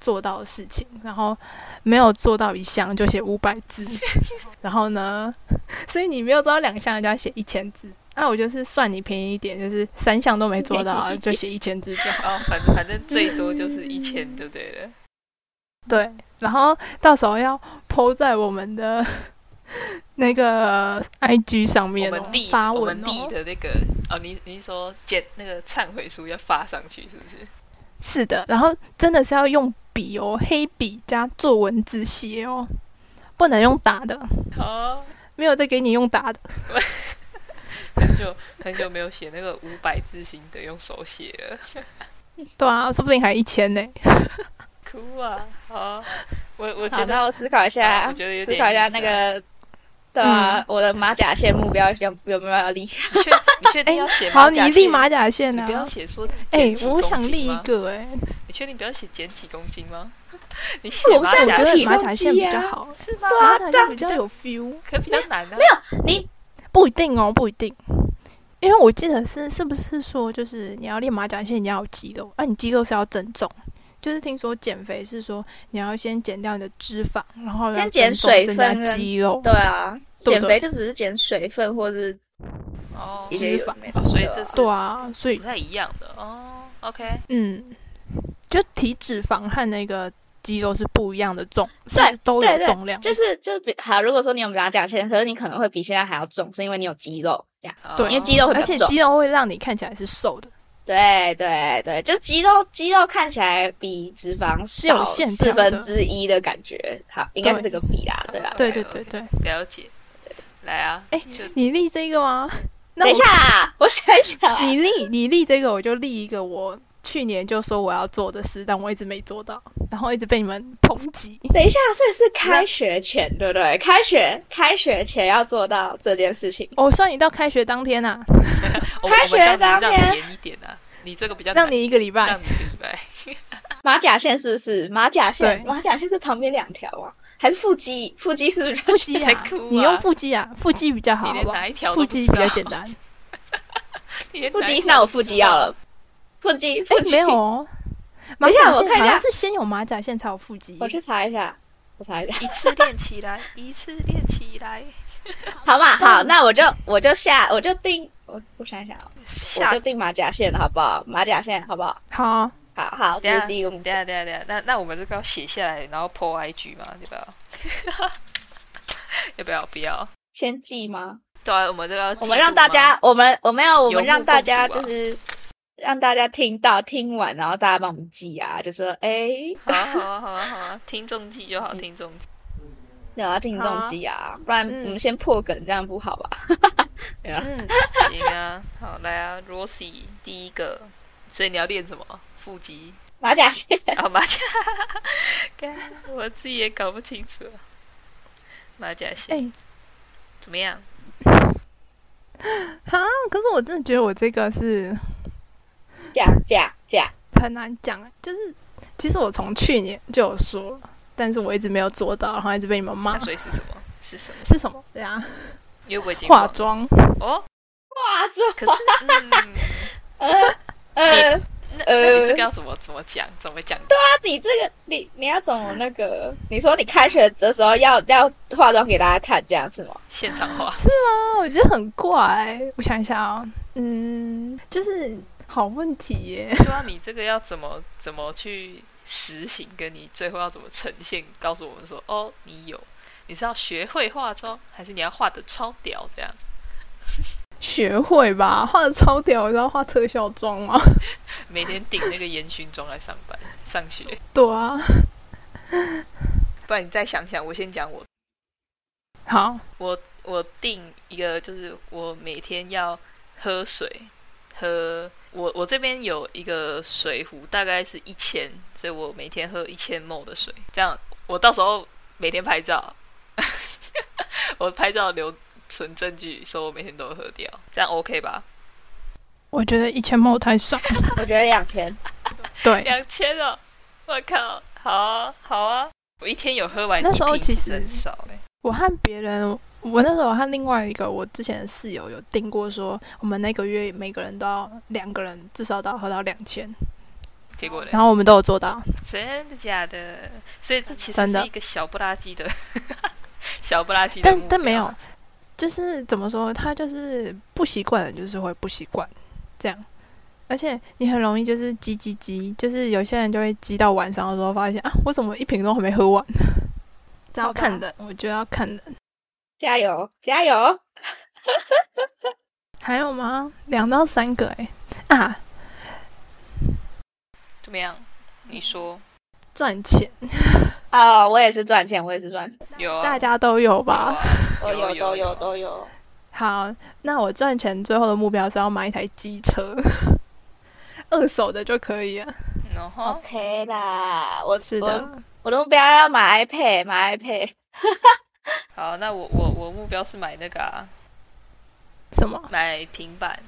[SPEAKER 2] 做到的事情，然后没有做到一项就写五百字，然后呢，所以你没有做到两项就要写一千字。那、我就是算你便宜一点，就是三项都没做到，就写一千字就好。
[SPEAKER 1] 哦，反反正最多就是一千就对了。
[SPEAKER 2] 对，然后到时候要 PO 在我们的 <laughs> 那个 IG 上面、
[SPEAKER 1] 我
[SPEAKER 2] 哦
[SPEAKER 1] 们立、
[SPEAKER 2] 发
[SPEAKER 1] 我
[SPEAKER 2] 文、
[SPEAKER 1] 们立
[SPEAKER 2] 哦。
[SPEAKER 1] 的那个哦，你你是说简那个忏悔书要发上去是不是？
[SPEAKER 2] 是的，然后真的是要用笔哦，黑笔加做文字写哦，不能用打的，
[SPEAKER 1] 哦，
[SPEAKER 2] 没有再给你用打的。
[SPEAKER 1] 很久很久没有写那个五百字心得用手写了，
[SPEAKER 2] 对啊，说不定还一千呢。
[SPEAKER 1] 哭啊！好啊，我我觉
[SPEAKER 3] 好，
[SPEAKER 1] 得
[SPEAKER 3] 那我思考一
[SPEAKER 1] 好
[SPEAKER 3] 下，
[SPEAKER 1] 我觉得有
[SPEAKER 3] 思
[SPEAKER 1] 点
[SPEAKER 3] 考一下
[SPEAKER 1] 意思
[SPEAKER 3] 那
[SPEAKER 1] 啊嗯
[SPEAKER 3] 个，对啊，我的马甲线目标有有没有要立？
[SPEAKER 1] 你确你确定要写
[SPEAKER 2] 好，
[SPEAKER 1] 马
[SPEAKER 2] 你
[SPEAKER 1] 甲线？
[SPEAKER 2] 立马甲线
[SPEAKER 1] 你
[SPEAKER 2] 啊
[SPEAKER 1] 不！要写说
[SPEAKER 2] 哎
[SPEAKER 1] 减几，
[SPEAKER 2] 我
[SPEAKER 1] 公
[SPEAKER 2] 想
[SPEAKER 1] 斤
[SPEAKER 2] 立一
[SPEAKER 1] 吗
[SPEAKER 2] 个哎，
[SPEAKER 1] 你确定不要写减几公斤吗？你写
[SPEAKER 3] 是我不
[SPEAKER 1] 马
[SPEAKER 3] 想
[SPEAKER 2] 但
[SPEAKER 1] 甲
[SPEAKER 2] 我觉
[SPEAKER 3] 体
[SPEAKER 2] 得
[SPEAKER 1] 线
[SPEAKER 2] 马
[SPEAKER 3] 重
[SPEAKER 2] 甲
[SPEAKER 3] 机
[SPEAKER 2] 线比
[SPEAKER 3] 啊
[SPEAKER 2] 较好，啊
[SPEAKER 1] 是吗？
[SPEAKER 2] 马甲
[SPEAKER 1] 啊这样
[SPEAKER 2] 线比
[SPEAKER 1] 比
[SPEAKER 2] 较
[SPEAKER 1] 较
[SPEAKER 2] 有 feel。
[SPEAKER 1] 可比较难啊。
[SPEAKER 3] 你
[SPEAKER 2] 不一定哦，不一定，因为我记得是是不是说，就是你要练马甲线，你要有肌肉，啊，你肌肉是要增重，就是听说减肥是说你要先减掉你的脂肪，然后
[SPEAKER 3] 先
[SPEAKER 2] 要
[SPEAKER 3] 减
[SPEAKER 2] 增重
[SPEAKER 3] 水
[SPEAKER 2] 增加
[SPEAKER 3] 分跟
[SPEAKER 2] 肌肉，
[SPEAKER 3] 对啊，
[SPEAKER 2] 对
[SPEAKER 3] 减
[SPEAKER 2] 对
[SPEAKER 3] 肥就只是减水分或是
[SPEAKER 1] 哦
[SPEAKER 3] 一些
[SPEAKER 2] 脂肪
[SPEAKER 3] 有的没的
[SPEAKER 1] 哦，所以
[SPEAKER 3] 对
[SPEAKER 1] 这
[SPEAKER 3] 啊
[SPEAKER 1] 是
[SPEAKER 2] 对啊，所以
[SPEAKER 1] 不太一样的哦。OK，
[SPEAKER 2] 嗯，就体脂肪和那个肌肉是不一样的重，是
[SPEAKER 3] 对
[SPEAKER 2] 都
[SPEAKER 3] 对
[SPEAKER 2] 有
[SPEAKER 3] 对
[SPEAKER 2] 重量，
[SPEAKER 3] 就是就是比好，如果说你有马甲线，可是你可能会比现在还要重，是因为你有肌肉这样。
[SPEAKER 2] 对啊
[SPEAKER 3] 因为肌肉会比
[SPEAKER 2] 而
[SPEAKER 3] 较
[SPEAKER 2] 且
[SPEAKER 3] 重
[SPEAKER 2] 肌肉会让你看起来是瘦的，
[SPEAKER 3] 对对对，就肌肉肌肉看起来比脂肪
[SPEAKER 2] 是有
[SPEAKER 3] 少
[SPEAKER 2] 线
[SPEAKER 3] 四
[SPEAKER 2] 条的
[SPEAKER 3] 分之一的感觉，好，应该是
[SPEAKER 2] 对
[SPEAKER 3] 这个比啦，对啊。
[SPEAKER 2] 对
[SPEAKER 1] OK，
[SPEAKER 2] 对对
[SPEAKER 1] OK
[SPEAKER 2] 对，
[SPEAKER 1] 了解。来啊，
[SPEAKER 2] 哎
[SPEAKER 1] 就
[SPEAKER 2] 你立这个
[SPEAKER 3] <laughs>
[SPEAKER 2] 吗？那
[SPEAKER 3] 等一
[SPEAKER 2] 我
[SPEAKER 3] 下啦，我想一想啊，
[SPEAKER 2] 你立你立这个，我就立一个我去年就说我要做的事，但我一直没做到，然后一直被你们 <laughs> 抨击。
[SPEAKER 3] 等一下，啊所以是开学前，对不对？开学开学前要做到这件事情，
[SPEAKER 2] 我算你到开学当天啊，
[SPEAKER 1] 我
[SPEAKER 3] 开
[SPEAKER 1] 我
[SPEAKER 3] 学
[SPEAKER 1] 们让你
[SPEAKER 3] 当
[SPEAKER 1] 让你
[SPEAKER 3] 天
[SPEAKER 1] 严一点啊，你这个比较
[SPEAKER 2] 让
[SPEAKER 1] 难
[SPEAKER 2] 你一个礼拜
[SPEAKER 1] 让。你一个礼拜。
[SPEAKER 3] 马甲线是不是？马甲线，
[SPEAKER 2] 对
[SPEAKER 3] 马甲线是旁边两条啊，还是腹肌？腹肌是不是？
[SPEAKER 2] 腹肌
[SPEAKER 1] 才
[SPEAKER 2] 啊
[SPEAKER 1] 哭啊，
[SPEAKER 2] 你用腹肌啊，腹肌比较好，
[SPEAKER 1] 你
[SPEAKER 2] 好
[SPEAKER 1] 连
[SPEAKER 2] 不好
[SPEAKER 1] 哪一条？都
[SPEAKER 2] 腹
[SPEAKER 1] 不
[SPEAKER 2] 肌
[SPEAKER 1] 知
[SPEAKER 2] 比
[SPEAKER 1] 道
[SPEAKER 2] 较简单。
[SPEAKER 1] <laughs> 你连
[SPEAKER 3] 腹
[SPEAKER 1] 哪一
[SPEAKER 3] 肌，
[SPEAKER 1] 条
[SPEAKER 3] 那我
[SPEAKER 1] 都
[SPEAKER 3] 腹
[SPEAKER 1] 不
[SPEAKER 3] 肌
[SPEAKER 1] 知
[SPEAKER 3] 要
[SPEAKER 1] 道
[SPEAKER 3] 了。。腹肌，
[SPEAKER 2] 哎
[SPEAKER 3] 腹，肌
[SPEAKER 2] 没有， <laughs> 哦，马
[SPEAKER 3] 等一下
[SPEAKER 2] 甲
[SPEAKER 3] 我
[SPEAKER 2] 线
[SPEAKER 3] 看一
[SPEAKER 2] 好
[SPEAKER 3] 下
[SPEAKER 2] 像是先有马甲线才有腹肌
[SPEAKER 3] 我。去查一下，我查一下。
[SPEAKER 1] 一次练起来， <laughs> 一次练起来，
[SPEAKER 3] <laughs> 好嘛，好，
[SPEAKER 1] 嗯
[SPEAKER 3] 那我就我就下，我就定，我我想一想啊，我
[SPEAKER 1] 下
[SPEAKER 3] 就定马甲线了，好不好？马甲线，好不好？
[SPEAKER 2] 好啊，
[SPEAKER 3] 好好，这
[SPEAKER 1] 等一
[SPEAKER 3] 是
[SPEAKER 1] 下
[SPEAKER 3] 第一个目标。
[SPEAKER 1] 等一下等一下等一下，那那我们这个要写下来，然后 po IG 嘛，对吧？ <laughs> 要不要？不要。
[SPEAKER 3] 先记吗？
[SPEAKER 1] 对啊，我们这个要
[SPEAKER 3] 我
[SPEAKER 1] 记
[SPEAKER 3] 们让
[SPEAKER 1] 录
[SPEAKER 3] 大
[SPEAKER 1] 吗
[SPEAKER 3] 家，我们我们要我
[SPEAKER 1] 有
[SPEAKER 3] 们
[SPEAKER 1] 目
[SPEAKER 3] 让大
[SPEAKER 1] 共
[SPEAKER 3] 家
[SPEAKER 1] 睹
[SPEAKER 3] 就
[SPEAKER 1] 啊
[SPEAKER 3] 是让大家听到听完，然后大家帮我们记啊，就说哎，
[SPEAKER 1] 好啊好啊好啊好啊，听众记就好，
[SPEAKER 3] 嗯
[SPEAKER 1] 听众记。
[SPEAKER 3] 然后听
[SPEAKER 2] 好
[SPEAKER 3] 众
[SPEAKER 2] 啊
[SPEAKER 3] 记啊，不然我
[SPEAKER 2] 嗯
[SPEAKER 3] 们先破梗，这样不好吧？
[SPEAKER 2] 嗯，
[SPEAKER 1] 行啊，好来啊，Rosie 第一个，所以你要练什么？腹肌
[SPEAKER 3] 马甲线， <laughs>
[SPEAKER 1] 啊，马甲， <laughs> 干我自己也搞不清楚啊。马甲线
[SPEAKER 2] 哎，
[SPEAKER 1] 怎么样？
[SPEAKER 2] 哈，可是我真的觉得我这个是
[SPEAKER 3] 假假假，
[SPEAKER 2] 很难讲，就是其实我从去年就有说了，但是我一直没有做到，然后一直被你们骂
[SPEAKER 1] 那。所以是什么？是什么？
[SPEAKER 2] 是什么？对啊，
[SPEAKER 1] 因为我已经
[SPEAKER 2] 化
[SPEAKER 1] 忘了
[SPEAKER 2] 妆。
[SPEAKER 1] 哦，
[SPEAKER 3] 哇，这
[SPEAKER 1] 可 <laughs> 是嗯，
[SPEAKER 3] 呃，
[SPEAKER 1] 那那你这个要怎么怎么讲？怎么讲？对，
[SPEAKER 3] 那你这个你你要怎么那个？你说你开学的时候要要化妆给大家看，这样是 <laughs> 吗？
[SPEAKER 1] 现场化
[SPEAKER 2] 啊，我觉得很怪。我想一下啊、嗯，就是好问题耶。
[SPEAKER 1] 对啊，你这个要怎么怎么去实行，跟你最后要怎么呈现，告诉我们说，哦，你有，你是要学会化妆，还是你要画的超屌这样？
[SPEAKER 2] 学会吧，画的超屌，我知道画特效妆吗？
[SPEAKER 1] 每天顶那个烟熏妆来上班上学？
[SPEAKER 2] 对啊，
[SPEAKER 1] 不然你再想想，我先讲我，
[SPEAKER 2] 好，
[SPEAKER 1] 我我定一个，就是我每天要喝水，喝，我我这边有一个水壶，大概是一千，所以我每天喝一千 ml 的水，这样我到时候每天拍照， <laughs> 我拍照留存证据，说我每天都有喝掉，这样 OK 吧？
[SPEAKER 2] 我觉得一千毛太少，
[SPEAKER 3] 我觉得两千，
[SPEAKER 2] 对，
[SPEAKER 1] 两千哦，我靠，好啊，好啊，我一天有喝完一
[SPEAKER 2] 那时候
[SPEAKER 1] 瓶，
[SPEAKER 2] 其实
[SPEAKER 1] 很少哎、
[SPEAKER 2] 我和别人，我那时候和另外一个我之前的室友有定过说，我们那个月每个人都要两个人至少都要喝到两千，
[SPEAKER 1] 结果嘞，
[SPEAKER 2] 然后我们都有做到，
[SPEAKER 1] 真的假的？所以这其实
[SPEAKER 2] 真的
[SPEAKER 1] 是一个小不拉几的， <laughs> 小不拉几的
[SPEAKER 2] 但
[SPEAKER 1] 目标
[SPEAKER 2] 但没有，就是怎么说，他就是不习惯的，就是会不习惯这样。而且你很容易就是急急急，就是有些人就会急到晚上的时候，发现啊，我怎么一瓶都还没喝完？
[SPEAKER 1] <laughs>
[SPEAKER 2] 这要
[SPEAKER 3] 好吧
[SPEAKER 2] 看人，我觉得要看人。
[SPEAKER 3] 加油加油！
[SPEAKER 2] 还有吗？两到三个哎、啊，
[SPEAKER 1] 怎么样？你说
[SPEAKER 2] 赚钱
[SPEAKER 3] 哦，我也是赚钱，我也是赚钱，
[SPEAKER 1] 有啊？
[SPEAKER 2] 大家都有
[SPEAKER 1] 有啊，
[SPEAKER 2] 吧？
[SPEAKER 3] 我
[SPEAKER 1] 有有
[SPEAKER 3] 都
[SPEAKER 1] 有
[SPEAKER 3] 哦有都有。
[SPEAKER 2] 好，那我赚钱最后的目标是要买一台机车，二手的就可以了。
[SPEAKER 1] 嗯然后
[SPEAKER 3] OK 啦，我
[SPEAKER 2] 是
[SPEAKER 3] 我
[SPEAKER 2] 的，
[SPEAKER 3] 我的目标要买 iPad，买 iPad，
[SPEAKER 1] 好，那我我我目标是买那个、啊、
[SPEAKER 2] 什么？
[SPEAKER 1] 买平板，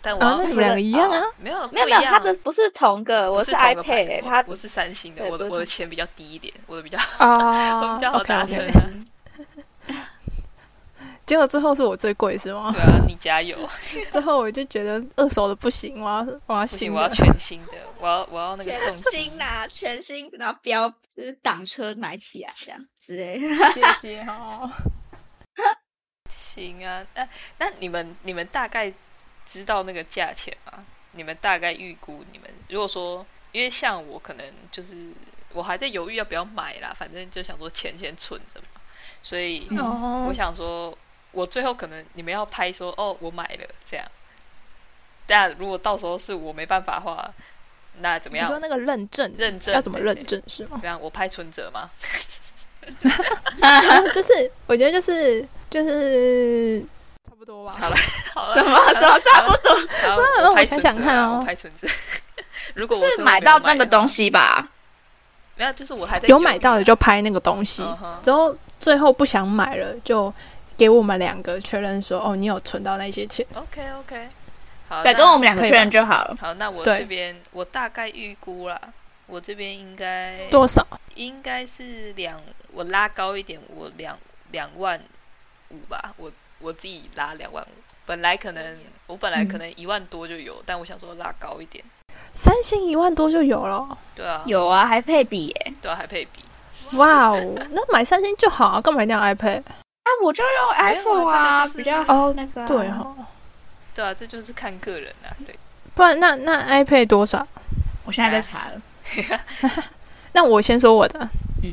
[SPEAKER 1] 但我要、
[SPEAKER 2] 啊，那你们两个一样啊？
[SPEAKER 1] 没有
[SPEAKER 3] 哦没有
[SPEAKER 1] 不
[SPEAKER 3] 没
[SPEAKER 1] 一
[SPEAKER 3] 有，
[SPEAKER 1] 样
[SPEAKER 3] 它的不是同个，我
[SPEAKER 1] 不是同个
[SPEAKER 3] iPad，
[SPEAKER 1] 牌
[SPEAKER 3] 欸
[SPEAKER 1] 我
[SPEAKER 3] 它
[SPEAKER 1] 我是三星的，
[SPEAKER 3] 对
[SPEAKER 1] 我的
[SPEAKER 3] 不是
[SPEAKER 1] 我的
[SPEAKER 3] 同
[SPEAKER 1] 钱比较低一点，我的比较、我 <laughs>
[SPEAKER 2] 啊
[SPEAKER 1] 比较好
[SPEAKER 2] OK
[SPEAKER 1] 达成
[SPEAKER 2] OK，
[SPEAKER 1] 啊。
[SPEAKER 2] 结果最后是我最贵是吗？ <laughs>
[SPEAKER 1] 对啊，你加油！
[SPEAKER 2] 最后我就觉得二手的不行，我要我要
[SPEAKER 1] 不行，
[SPEAKER 2] 新
[SPEAKER 1] 我要
[SPEAKER 2] 的。
[SPEAKER 1] 全新的，我要我要那个
[SPEAKER 3] 全
[SPEAKER 1] 重机
[SPEAKER 3] 新。啊啦，全新，然后标就是挡车买起来这样之类 <laughs> 的。
[SPEAKER 2] 谢
[SPEAKER 1] <laughs>
[SPEAKER 2] 谢哈。
[SPEAKER 1] 行啊，那那你们你们大概知道那个价钱吗？你们大概预估你们如果说，因为像我可能就是我还在犹豫要不要买啦，反正就想说钱先存着嘛，所以
[SPEAKER 3] 嗯
[SPEAKER 1] 我
[SPEAKER 2] 哦，
[SPEAKER 1] 想说，我最后可能你们要拍说哦，我买了这样。但如果到时候是我没办法的话，那怎么
[SPEAKER 2] 你
[SPEAKER 1] 样
[SPEAKER 2] 说？那个认证
[SPEAKER 1] 认证
[SPEAKER 2] 要怎么
[SPEAKER 1] 对对
[SPEAKER 2] 认证是吗
[SPEAKER 1] 怎？
[SPEAKER 2] <laughs>
[SPEAKER 1] 么样？我拍存折吗？
[SPEAKER 2] 啊就是我觉得就是就是差不多吧。
[SPEAKER 1] 好好了，
[SPEAKER 3] 什么什么差不多？
[SPEAKER 1] 好，<laughs>
[SPEAKER 2] 那
[SPEAKER 1] 我
[SPEAKER 2] 我
[SPEAKER 1] 拍
[SPEAKER 2] 想
[SPEAKER 1] 存折
[SPEAKER 2] 想看
[SPEAKER 1] 啊
[SPEAKER 2] 哦
[SPEAKER 1] 我拍存折。如果我
[SPEAKER 3] 是
[SPEAKER 1] 真的
[SPEAKER 3] 买
[SPEAKER 1] 没有啊
[SPEAKER 3] 到那个
[SPEAKER 1] 的
[SPEAKER 3] 东西吧？
[SPEAKER 1] 话，没有，就是我还在
[SPEAKER 2] 有买到
[SPEAKER 1] 犹
[SPEAKER 2] 的
[SPEAKER 1] 豫啊
[SPEAKER 2] 就拍那个东西，
[SPEAKER 1] 嗯哼
[SPEAKER 2] 之后最后不想买了就。给我们两个确认说，哦，你有存到那些钱，
[SPEAKER 1] OK OK，好，
[SPEAKER 3] 对，
[SPEAKER 1] 那
[SPEAKER 3] 跟我们两个
[SPEAKER 2] 可以
[SPEAKER 3] 确
[SPEAKER 2] 吧
[SPEAKER 3] 认就好了。
[SPEAKER 1] 好，那我
[SPEAKER 2] 对
[SPEAKER 1] 这边我大概预估啦，我这边应该
[SPEAKER 2] 多少？
[SPEAKER 1] 应该是两，我拉高一点，我两两万五吧，我我自己拉两万五。本来可能我本来可能一万多就有，但我想说拉高一点，
[SPEAKER 2] 三星一万多就有了，
[SPEAKER 1] 对啊，
[SPEAKER 3] 有啊，还配比耶、
[SPEAKER 1] 对啊，还配比。
[SPEAKER 2] 哇哦！那买三星就好啊，干嘛一定要 iPad？
[SPEAKER 3] 啊，我就用
[SPEAKER 1] 没有啊这
[SPEAKER 3] iPhone 啊，
[SPEAKER 1] 个就是
[SPEAKER 3] 比较
[SPEAKER 2] 哦
[SPEAKER 3] 那个啊、
[SPEAKER 2] 对哈、哦，
[SPEAKER 1] 对啊，这就是看个人啊，对，
[SPEAKER 2] 不然那那 iPad 多少？
[SPEAKER 3] 我现在在查了，
[SPEAKER 2] 那我先说我的，
[SPEAKER 3] 嗯，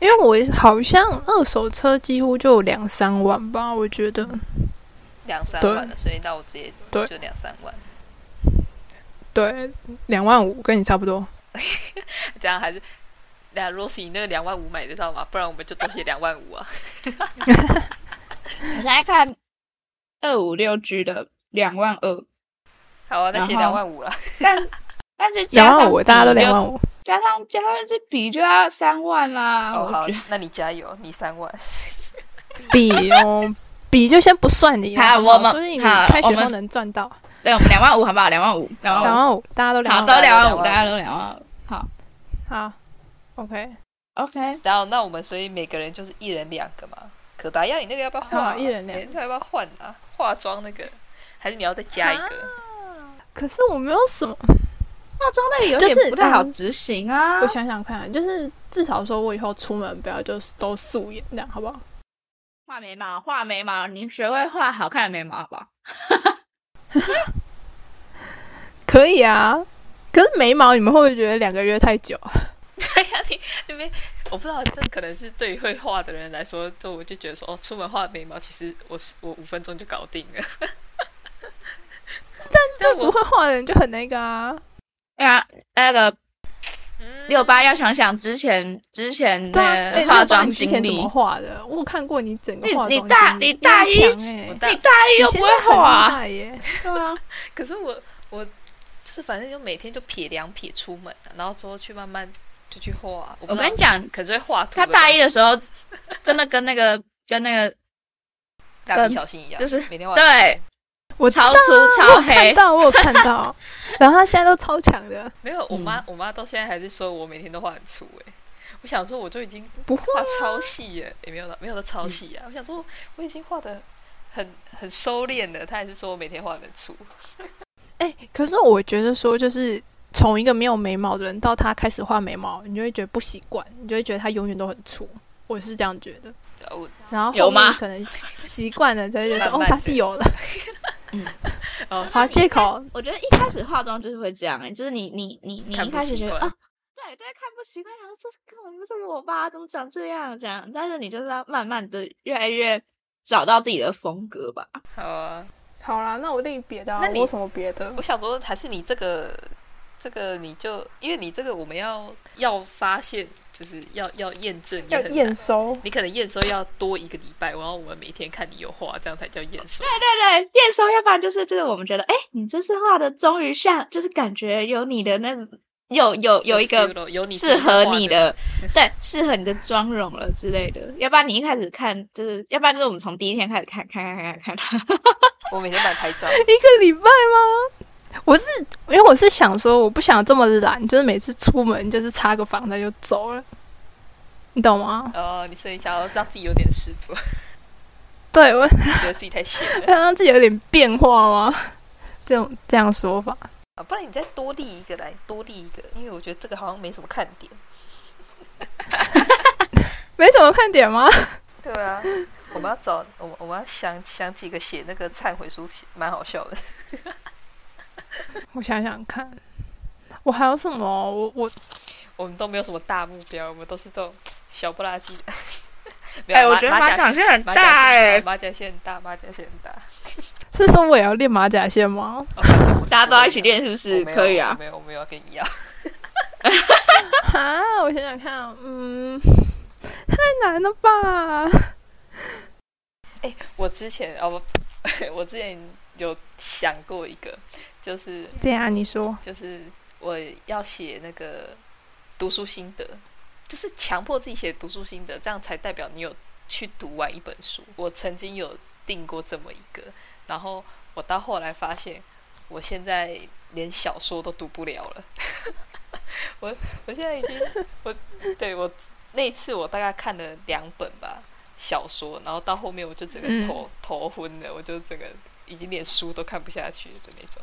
[SPEAKER 2] 因为我好像二手车几乎就两三万吧，我觉得，
[SPEAKER 1] 两三
[SPEAKER 2] 对
[SPEAKER 1] 万了，所以那我直接
[SPEAKER 2] 对
[SPEAKER 1] 就两三万，
[SPEAKER 2] 对，两万五跟你差不多。
[SPEAKER 1] 这样还是。那 Rosy，你那个两万五买得到吗？不然我们就多写两万五啊。 <laughs>
[SPEAKER 3] 我现在看二五六 G 的两万二，
[SPEAKER 1] 好啊，那写两
[SPEAKER 3] 然后
[SPEAKER 1] 万五了。
[SPEAKER 3] 但 <laughs> 但是
[SPEAKER 2] 两
[SPEAKER 3] 加
[SPEAKER 2] 万
[SPEAKER 3] 上
[SPEAKER 2] 五，大家都
[SPEAKER 3] 比就
[SPEAKER 2] 两，万五，
[SPEAKER 3] 加上加上这比就要三万啦。
[SPEAKER 1] 哦，
[SPEAKER 3] 我
[SPEAKER 1] 好
[SPEAKER 3] 觉得，
[SPEAKER 1] 那你加油，你三万。
[SPEAKER 2] 比哦，比就先不算你了。
[SPEAKER 3] 好
[SPEAKER 2] 好不好
[SPEAKER 3] 我们
[SPEAKER 2] 说不定你
[SPEAKER 3] 好
[SPEAKER 2] 开
[SPEAKER 3] 我
[SPEAKER 2] 学
[SPEAKER 3] 们
[SPEAKER 2] 后能赚到
[SPEAKER 3] 对，我们两万五好不好？两万五，两
[SPEAKER 2] 两
[SPEAKER 3] 万五，
[SPEAKER 2] 万五，大家都两
[SPEAKER 3] 好，
[SPEAKER 2] 万
[SPEAKER 3] 都
[SPEAKER 2] 五，
[SPEAKER 3] 两
[SPEAKER 1] 两
[SPEAKER 3] 万
[SPEAKER 1] 万五
[SPEAKER 3] 五，大家都两万五。
[SPEAKER 2] 好，OK，
[SPEAKER 3] OK，
[SPEAKER 1] 然后那我们所以每个人就是一人两个嘛。可达亚，你那个要不要换、
[SPEAKER 2] 好一人两个
[SPEAKER 1] 你那个要不要换啊？化妆那个，还是你要再加一个？
[SPEAKER 2] 可是我没有什么，
[SPEAKER 3] 化妆那个有
[SPEAKER 2] 就
[SPEAKER 3] 点
[SPEAKER 2] 是
[SPEAKER 3] 不太好
[SPEAKER 2] 嗯
[SPEAKER 3] 执行啊。
[SPEAKER 2] 我想想看，就是至少说我以后出门不要就是都素颜，这样好不好？
[SPEAKER 3] 画眉毛，画眉毛，你学会画好看的眉毛好不好？
[SPEAKER 2] 可以啊，可是眉毛你们会不会觉得两个月太久？啊
[SPEAKER 1] 对呀、你那边我不知道，这可能是对于会画的人来说，就我就觉得说，哦，出门画眉毛，其实我是我五分钟就搞定了。但
[SPEAKER 2] 就不
[SPEAKER 1] 我
[SPEAKER 2] 会画的人就很那个啊。
[SPEAKER 3] 哎呀，那个
[SPEAKER 1] 嗯
[SPEAKER 3] 六八要想想之前之前
[SPEAKER 2] 对啊，
[SPEAKER 3] 的
[SPEAKER 2] 哎
[SPEAKER 3] 化
[SPEAKER 2] 那爸
[SPEAKER 3] 妆
[SPEAKER 2] 你之
[SPEAKER 3] 经
[SPEAKER 2] 前怎
[SPEAKER 3] 历
[SPEAKER 2] 么，画的？我有看过你整个
[SPEAKER 3] 你
[SPEAKER 2] 化妆
[SPEAKER 3] 你
[SPEAKER 2] 经历
[SPEAKER 3] 大你大
[SPEAKER 2] 很
[SPEAKER 3] 一
[SPEAKER 2] 强哎
[SPEAKER 1] 我大
[SPEAKER 3] 你大一
[SPEAKER 2] 你
[SPEAKER 3] 又
[SPEAKER 2] 现
[SPEAKER 3] 不会
[SPEAKER 2] 在很厉
[SPEAKER 3] 画，
[SPEAKER 2] 害耶，对啊，
[SPEAKER 1] 可是我我就是反正就每天就撇两撇出门、啊，然后之后去慢慢就去画啊。我不
[SPEAKER 3] <laughs> 我
[SPEAKER 1] 知道
[SPEAKER 3] 跟你，讲，
[SPEAKER 1] 可是会画图。
[SPEAKER 3] 他大一的时候真的跟那个跟那 <laughs> 个
[SPEAKER 1] 大笔小新一样，
[SPEAKER 3] 就是
[SPEAKER 1] 每天画
[SPEAKER 3] 对
[SPEAKER 1] 图
[SPEAKER 2] 我知
[SPEAKER 3] 超
[SPEAKER 2] 道
[SPEAKER 3] 粗超
[SPEAKER 2] 我有看
[SPEAKER 3] 黑，
[SPEAKER 2] 到我有看
[SPEAKER 3] <laughs>
[SPEAKER 2] 到，然后他现在都超强的，
[SPEAKER 1] 没有，我妈、
[SPEAKER 3] 嗯
[SPEAKER 1] 我妈到现在还是说我每天都画很粗哎、我想说我就已经
[SPEAKER 2] 不会
[SPEAKER 1] 画超细耶，也、没有到没有到
[SPEAKER 3] 嗯
[SPEAKER 1] 超细啊。我想说我已经画的很很收敛了，她还是说我每天画得很粗。
[SPEAKER 2] 哎、可是我觉得说，就是从一个没有眉毛的人到他开始画眉毛，你就会觉得不习惯，你就会觉得他永远都很粗。我是这样觉得。
[SPEAKER 1] 对啊我
[SPEAKER 2] 然后
[SPEAKER 3] 有
[SPEAKER 2] 后面
[SPEAKER 3] 吗
[SPEAKER 2] 可能习惯了，才会觉得
[SPEAKER 1] 慢
[SPEAKER 2] 说哦
[SPEAKER 1] 慢，
[SPEAKER 2] 他
[SPEAKER 1] 的
[SPEAKER 2] 是有的。
[SPEAKER 1] 哦，
[SPEAKER 2] 好，借口
[SPEAKER 3] 我觉得一开始化妆就是会这样、欸，就是你你你你
[SPEAKER 1] 看
[SPEAKER 3] 一
[SPEAKER 1] 不
[SPEAKER 3] 开始
[SPEAKER 1] 习
[SPEAKER 3] 觉得
[SPEAKER 1] 惯
[SPEAKER 3] 啊，对对，看不习惯，然后这是根本不是我吧，怎么长这样这样？但是你就是要慢慢的越来越找到自己的风格吧。
[SPEAKER 1] 好啊。
[SPEAKER 2] <laughs> 好啦，那我另别的、啊
[SPEAKER 1] 那你我有
[SPEAKER 2] 什么别的
[SPEAKER 1] 我想说，还是你这个这个你就因为你这个我们要要发现，就是要要验证，也很难。
[SPEAKER 2] 收。
[SPEAKER 1] 你可能验收要多一个礼拜，然后我们每天看你有画，这样才叫验收。
[SPEAKER 3] 对对，验收，要不然就是就是我们觉得，哎，你这次画的终于像，就是感觉有你的那有有有一个
[SPEAKER 1] feel 咯有你
[SPEAKER 3] 适合你
[SPEAKER 1] 的
[SPEAKER 3] 的，对，适合你的妆容了之类的。要不然你一开始看，就是要不然就是我们从第一天开始看，看看看看看。
[SPEAKER 1] 画的。我每天帮你拍照，
[SPEAKER 2] <laughs> 一个礼拜吗？我是因为我是想说，我不想这么懒，就是每次出门就是擦个防晒就走了，你懂吗？
[SPEAKER 1] 哦，你所以想要让自己有点事做，
[SPEAKER 2] 对我 <laughs>
[SPEAKER 1] 你 <laughs> 觉得自己太闲了
[SPEAKER 2] 要让自己有点变化吗？这种这样说法，
[SPEAKER 1] 啊，不然你再多立一个来，多立一个，因为我觉得这个好像没什么看点。
[SPEAKER 2] 没什么看点吗？
[SPEAKER 1] 对啊，我们要找我们我们要想想几个写那个忏悔书，写蛮好笑的。
[SPEAKER 2] <laughs> 我想想看，我还有什么？我我
[SPEAKER 1] 我们都没有什么大目标，我们都是这种小不拉几
[SPEAKER 3] <laughs>
[SPEAKER 1] 的。没有
[SPEAKER 3] 哎，我
[SPEAKER 1] 马
[SPEAKER 3] 觉得
[SPEAKER 1] 马
[SPEAKER 3] 马
[SPEAKER 1] 甲
[SPEAKER 3] 掌
[SPEAKER 1] 线
[SPEAKER 3] 线很
[SPEAKER 1] 马甲线
[SPEAKER 3] 大哎、
[SPEAKER 1] 马甲线很大，马甲线很大。
[SPEAKER 2] 是说我也要练马甲线吗？
[SPEAKER 1] 哦感觉不是
[SPEAKER 3] 大家都要一起
[SPEAKER 1] 我没有
[SPEAKER 3] 练，是
[SPEAKER 1] 我
[SPEAKER 3] 不是？
[SPEAKER 1] 没有
[SPEAKER 3] 可以
[SPEAKER 1] 我
[SPEAKER 3] 啊。
[SPEAKER 1] 没有，我没有要跟你要。
[SPEAKER 2] 啊，我想想看，嗯， <laughs> 太难了吧？
[SPEAKER 1] 我之前哦，不 <laughs> 我之前有想过一个，就是
[SPEAKER 2] 这样你说，
[SPEAKER 1] 就是我要写那个读书心得，就是强迫自己写读书心得，这样才代表你有去读完一本书。我曾经有定过这么一个，然后我到后来发现，我现在连小说都读不了了。 <laughs> 我我现在已经我对我那一次我大概看了两本吧小说，然后到后面我就整个头、头昏了，我就整个已经连书都看不下去的那种。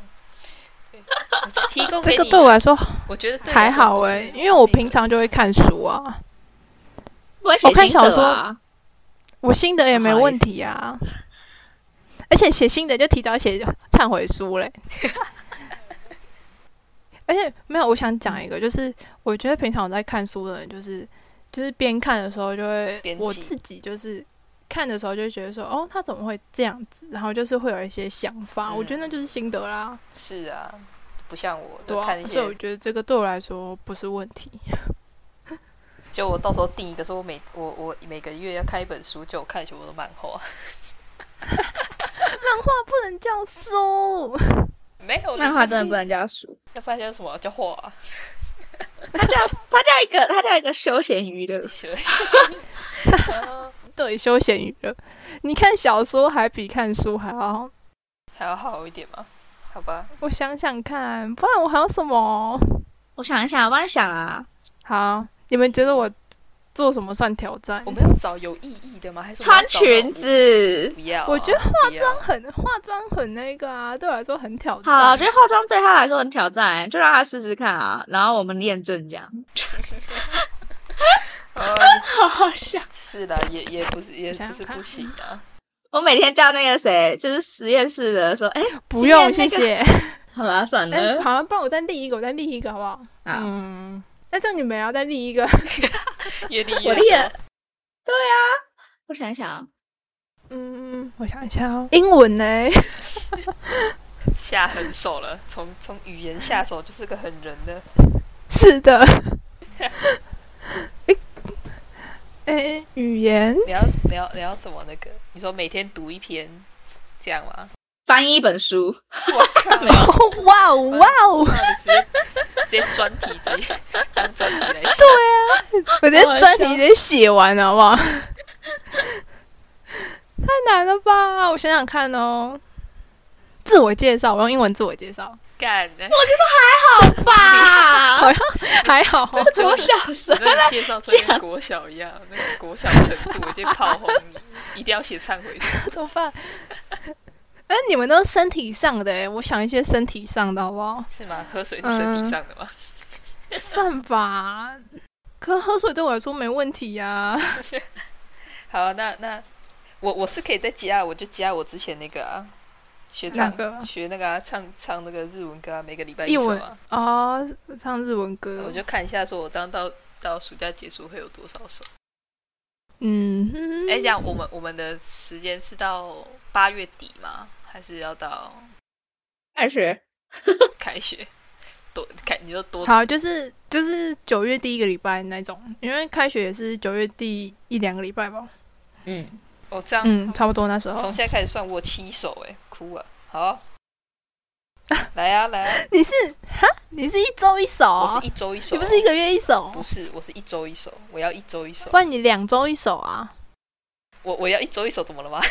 [SPEAKER 1] 对我 <laughs> 提供给
[SPEAKER 2] 这
[SPEAKER 1] 你
[SPEAKER 2] 个对我来说
[SPEAKER 1] 我觉得对
[SPEAKER 2] 还好哎、
[SPEAKER 1] 哎、
[SPEAKER 2] 因为我平常就会看书啊，
[SPEAKER 3] 不会写
[SPEAKER 2] 我看
[SPEAKER 3] 心得
[SPEAKER 2] 小说
[SPEAKER 3] 啊
[SPEAKER 2] 我新的也没
[SPEAKER 3] 不好意
[SPEAKER 2] 问
[SPEAKER 3] 思
[SPEAKER 2] 题啊。而且写新的就提早写忏悔书
[SPEAKER 1] <laughs>
[SPEAKER 2] 嘞。而且没有，我想讲一个，就是我觉得平常我在看书的人，就是就是边看的时候就会
[SPEAKER 1] 边，记
[SPEAKER 2] 我自己就是看的时候就会觉得说，哦，他怎么会这样子？然后就是会有一些想法，
[SPEAKER 1] 嗯
[SPEAKER 2] 我觉得那就是心得啦，
[SPEAKER 1] 是啊，不像我
[SPEAKER 2] 对
[SPEAKER 1] 都
[SPEAKER 2] 啊
[SPEAKER 1] 看一。
[SPEAKER 2] 所以我
[SPEAKER 1] 些，
[SPEAKER 2] 觉得这个对我来说不是问题。
[SPEAKER 1] 就我到时候定一个，说我每我我每个月要看一本书，就我看全部都漫画，
[SPEAKER 2] 漫画不能叫书，
[SPEAKER 1] <laughs>
[SPEAKER 2] <laughs>
[SPEAKER 1] 没有
[SPEAKER 3] 漫画真的不，能叫 <laughs> 书。
[SPEAKER 1] 那发现什么叫画、
[SPEAKER 2] <laughs>
[SPEAKER 1] 啊？
[SPEAKER 3] 它叫它叫一个它叫一个休闲娱乐，
[SPEAKER 1] 学然后
[SPEAKER 2] 对，休闲娱乐。你看小说还比看书还要，
[SPEAKER 1] 还要好一点吗？好吧，
[SPEAKER 2] 我想想看，不然我还有什么？
[SPEAKER 3] 我想一想，我帮你想啊，
[SPEAKER 2] 好，你们觉得我做什么算挑战
[SPEAKER 1] 我？们要找有意义的吗？还是我们
[SPEAKER 3] 穿
[SPEAKER 1] 要找那
[SPEAKER 3] 裙
[SPEAKER 1] 种
[SPEAKER 3] 子。
[SPEAKER 1] 不要啊、
[SPEAKER 2] 我觉得
[SPEAKER 1] 化妆
[SPEAKER 2] 很化妆很那个啊，对我来说很挑战。
[SPEAKER 3] 好，我觉得化妆对他来说很挑战、欸就让他试试看啊，然后我们验证这样。
[SPEAKER 2] <laughs>
[SPEAKER 3] 好好笑！
[SPEAKER 1] 哦是的，也也不是也
[SPEAKER 2] 想
[SPEAKER 1] 不是
[SPEAKER 2] 想看
[SPEAKER 1] 不行啊。
[SPEAKER 3] 我每天叫那个谁，就是实验室的说，哎、
[SPEAKER 2] <laughs> 不用，
[SPEAKER 3] 今
[SPEAKER 2] 谢
[SPEAKER 3] 天嗯那个
[SPEAKER 2] 谢。
[SPEAKER 3] 好啦，
[SPEAKER 2] <laughs>
[SPEAKER 3] 算
[SPEAKER 2] 哎、
[SPEAKER 3] 了，
[SPEAKER 2] 好，不然我再立一个，我再立一个好不好？
[SPEAKER 3] 好
[SPEAKER 2] 嗯，那就你们也要再立一个。
[SPEAKER 1] <laughs> 越立
[SPEAKER 3] 我
[SPEAKER 1] 越
[SPEAKER 3] 立了
[SPEAKER 1] 多。
[SPEAKER 3] 对啊，我想一想，
[SPEAKER 2] 嗯，我想一下哦， <laughs> 英文呢？ <laughs>
[SPEAKER 1] 下狠手了，从从语言下手就是个狠人的。
[SPEAKER 2] <laughs> 是的，诶，语言
[SPEAKER 1] 你要你要你要怎么那个？你说每天读一篇这样吗？
[SPEAKER 3] 翻译一本书，
[SPEAKER 2] <laughs>
[SPEAKER 1] 我靠！
[SPEAKER 2] <laughs> 哇哦哇哦！
[SPEAKER 1] 那你直接直接专题直接当专题来写。
[SPEAKER 2] <laughs> 我这专题直接写完了，好不好？ <laughs> 太难了吧？我想想看哦。自我介绍，我用英文自我介绍， <laughs>
[SPEAKER 1] 干，那
[SPEAKER 3] 哇，
[SPEAKER 2] 还好哦。 <laughs>
[SPEAKER 3] 是多小声？
[SPEAKER 2] 嗯
[SPEAKER 1] 那你介绍成跟国小一样，那个国小程度一定炮轰你，一定要写忏悔书。
[SPEAKER 2] 怎么办？哎，你们都是身体上的哎，我想一些身体上的好不好？ <laughs>
[SPEAKER 1] 是吗？喝水是身体上的吗？
[SPEAKER 2] 算吧。可喝水对我来说没问题呀、
[SPEAKER 1] 好，那那我我是可以再加，我就加我之前那个啊，学唱
[SPEAKER 2] 哪个
[SPEAKER 1] 学那个啊，唱唱那个日文歌啊，每个礼拜一
[SPEAKER 2] 英
[SPEAKER 1] 首
[SPEAKER 2] 文
[SPEAKER 1] 啊，
[SPEAKER 2] 哦，唱日文歌，
[SPEAKER 1] 我就看一下，说我这样到到暑假结束会有多少首。
[SPEAKER 2] 嗯哼，
[SPEAKER 1] 哎、这样我们我们的时间是到八月底吗？还是要到
[SPEAKER 3] 二十，
[SPEAKER 1] 开学？多开你就多
[SPEAKER 2] 好，就是就是九月第一个礼拜那种，因为开学也是九月第一两个礼拜吧，
[SPEAKER 3] 嗯，
[SPEAKER 1] 哦，这样
[SPEAKER 2] 嗯，差不多那时
[SPEAKER 1] 从
[SPEAKER 2] 候。
[SPEAKER 1] 现在开始算我七首、哎，哭啊！好啊来啊来
[SPEAKER 2] <laughs>
[SPEAKER 1] 啊！
[SPEAKER 2] 你是哈？你是一周一首
[SPEAKER 1] 我
[SPEAKER 2] 啊？
[SPEAKER 1] 是一周一首，
[SPEAKER 2] 你不是一个月一首？
[SPEAKER 1] 不是，我是一周一首，我要一周一首
[SPEAKER 2] 不，然你两周一首啊？
[SPEAKER 1] 我我要一周一首，怎么了吗？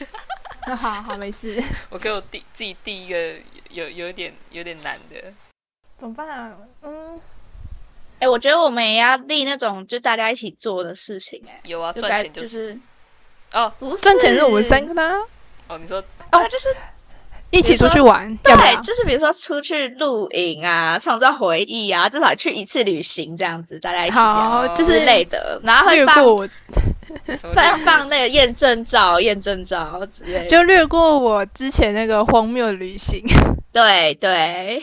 [SPEAKER 1] <laughs>
[SPEAKER 2] 那 <laughs> 好好没事，
[SPEAKER 1] 我给我第自己定一个有有一点有点难的，
[SPEAKER 2] 怎么办啊？嗯，
[SPEAKER 3] 哎，我觉得我们也要立那种就大家一起做的事情，哎，
[SPEAKER 1] 有啊，
[SPEAKER 3] 就
[SPEAKER 1] 赚
[SPEAKER 3] 该
[SPEAKER 1] 钱就
[SPEAKER 3] 就是是
[SPEAKER 1] 哦
[SPEAKER 3] 不是
[SPEAKER 2] 赚钱是我们三，个呢，
[SPEAKER 1] 哦，你说
[SPEAKER 3] 啊，就是
[SPEAKER 2] 一起出去玩，要不要
[SPEAKER 3] 对，？就是比如说出去露营啊，创造回忆啊，至少去一次旅行这样子，大家一起聊
[SPEAKER 2] 好，就
[SPEAKER 1] 之
[SPEAKER 2] 是
[SPEAKER 3] 之类的，然后会
[SPEAKER 2] 略
[SPEAKER 3] 放
[SPEAKER 2] 过我，
[SPEAKER 1] 什
[SPEAKER 3] <laughs>
[SPEAKER 1] 么
[SPEAKER 3] 放放那个验证照、验证照之类的，
[SPEAKER 2] 就略过我之前那个荒谬的旅行。
[SPEAKER 3] 对对，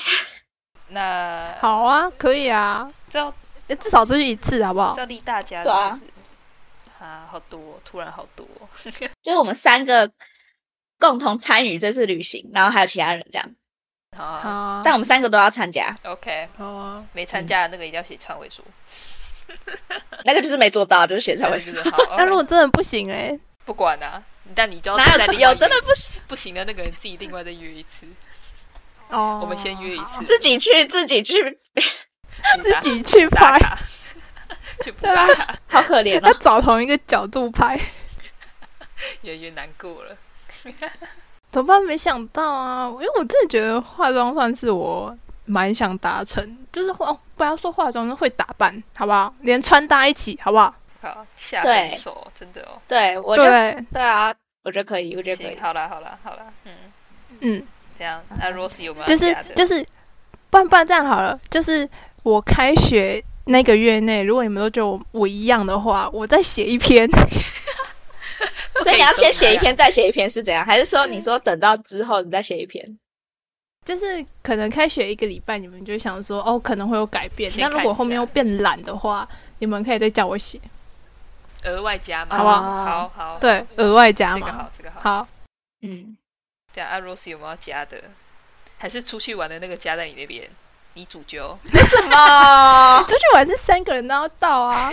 [SPEAKER 1] 那
[SPEAKER 2] <laughs> 好啊，可以啊，
[SPEAKER 1] 照
[SPEAKER 2] 呃至少出去一次，好不好？
[SPEAKER 1] 照例大家
[SPEAKER 3] 对啊
[SPEAKER 1] 的就是啊，好多哦、突然好多哦、
[SPEAKER 3] 就是我们三个共同参与这次旅行，然后还有其他人这样，
[SPEAKER 1] 好啊
[SPEAKER 2] 好啊，
[SPEAKER 3] 但我们三个都要参加，
[SPEAKER 1] OK，
[SPEAKER 2] 好啊，
[SPEAKER 1] 没参加的那个一定要写忏悔书，
[SPEAKER 3] 那个就是没做到，就是写才
[SPEAKER 1] 忏
[SPEAKER 3] 会
[SPEAKER 1] 悔
[SPEAKER 3] 输
[SPEAKER 1] 书。好。
[SPEAKER 2] <laughs>
[SPEAKER 1] 啊
[SPEAKER 2] 那
[SPEAKER 1] OK
[SPEAKER 2] 如果真的不行哎，
[SPEAKER 1] 不管啊，但你就要
[SPEAKER 3] 哪
[SPEAKER 1] 再
[SPEAKER 3] 有
[SPEAKER 1] 另外
[SPEAKER 3] 有
[SPEAKER 1] 约
[SPEAKER 3] 真的
[SPEAKER 1] 一次
[SPEAKER 3] 不行？
[SPEAKER 1] 不行的那个人自己另外再约一次，
[SPEAKER 2] 哦
[SPEAKER 1] 我们先约一次，
[SPEAKER 3] 自己去自己去，
[SPEAKER 2] 自己啊去
[SPEAKER 1] 去打
[SPEAKER 2] 拍，
[SPEAKER 1] 卡，啊去补打卡，
[SPEAKER 3] 好可怜
[SPEAKER 2] 要
[SPEAKER 3] 哦。
[SPEAKER 2] 找同一个角度拍。
[SPEAKER 1] 越来越难过了。
[SPEAKER 2] 怎么办？没想到啊，因为我真的觉得化妆算是我蛮想达成，就是化、哦不要说化妆，是会打扮，好不好？连穿搭一起，好不好？
[SPEAKER 1] 好，下
[SPEAKER 3] 对
[SPEAKER 1] 狠手，真的哦。
[SPEAKER 3] 对，我觉得
[SPEAKER 2] 对，
[SPEAKER 3] 对啊，我觉得可以，我觉得可以
[SPEAKER 1] 行，。好啦，好啦，好啦，嗯，
[SPEAKER 2] 嗯，
[SPEAKER 1] 这样。那 Rose 有没有
[SPEAKER 2] 就
[SPEAKER 1] 要
[SPEAKER 2] 是
[SPEAKER 1] 加的
[SPEAKER 2] 就是，不然不然这样好了，就是我开学那个月内，如果你们都觉得我我一样的话，我再写一篇。 <laughs>
[SPEAKER 1] 不可
[SPEAKER 3] 所以你要先写一
[SPEAKER 1] 都样
[SPEAKER 3] 篇，再写一篇是怎样？还是说你说等到之后你再写一篇？
[SPEAKER 2] 就是可能开学一个礼拜，你们就想说哦，可能会有改变。
[SPEAKER 1] 先
[SPEAKER 2] 那
[SPEAKER 1] 看一下
[SPEAKER 2] 如果后面又变懒的话，你们可以再叫我写，
[SPEAKER 1] 额外加嘛，
[SPEAKER 2] 好不好
[SPEAKER 1] 好好，
[SPEAKER 2] 对，啊额外加
[SPEAKER 1] 这个
[SPEAKER 2] 嘛。
[SPEAKER 1] 好，这个好。
[SPEAKER 2] 好，
[SPEAKER 3] 嗯，
[SPEAKER 1] 这样，那 Rose 有没有要加的？还是出去玩的那个加在你那边？你主角，
[SPEAKER 3] <laughs> 什么？
[SPEAKER 2] 出去玩是三个人都要
[SPEAKER 1] <laughs>
[SPEAKER 2] 到啊，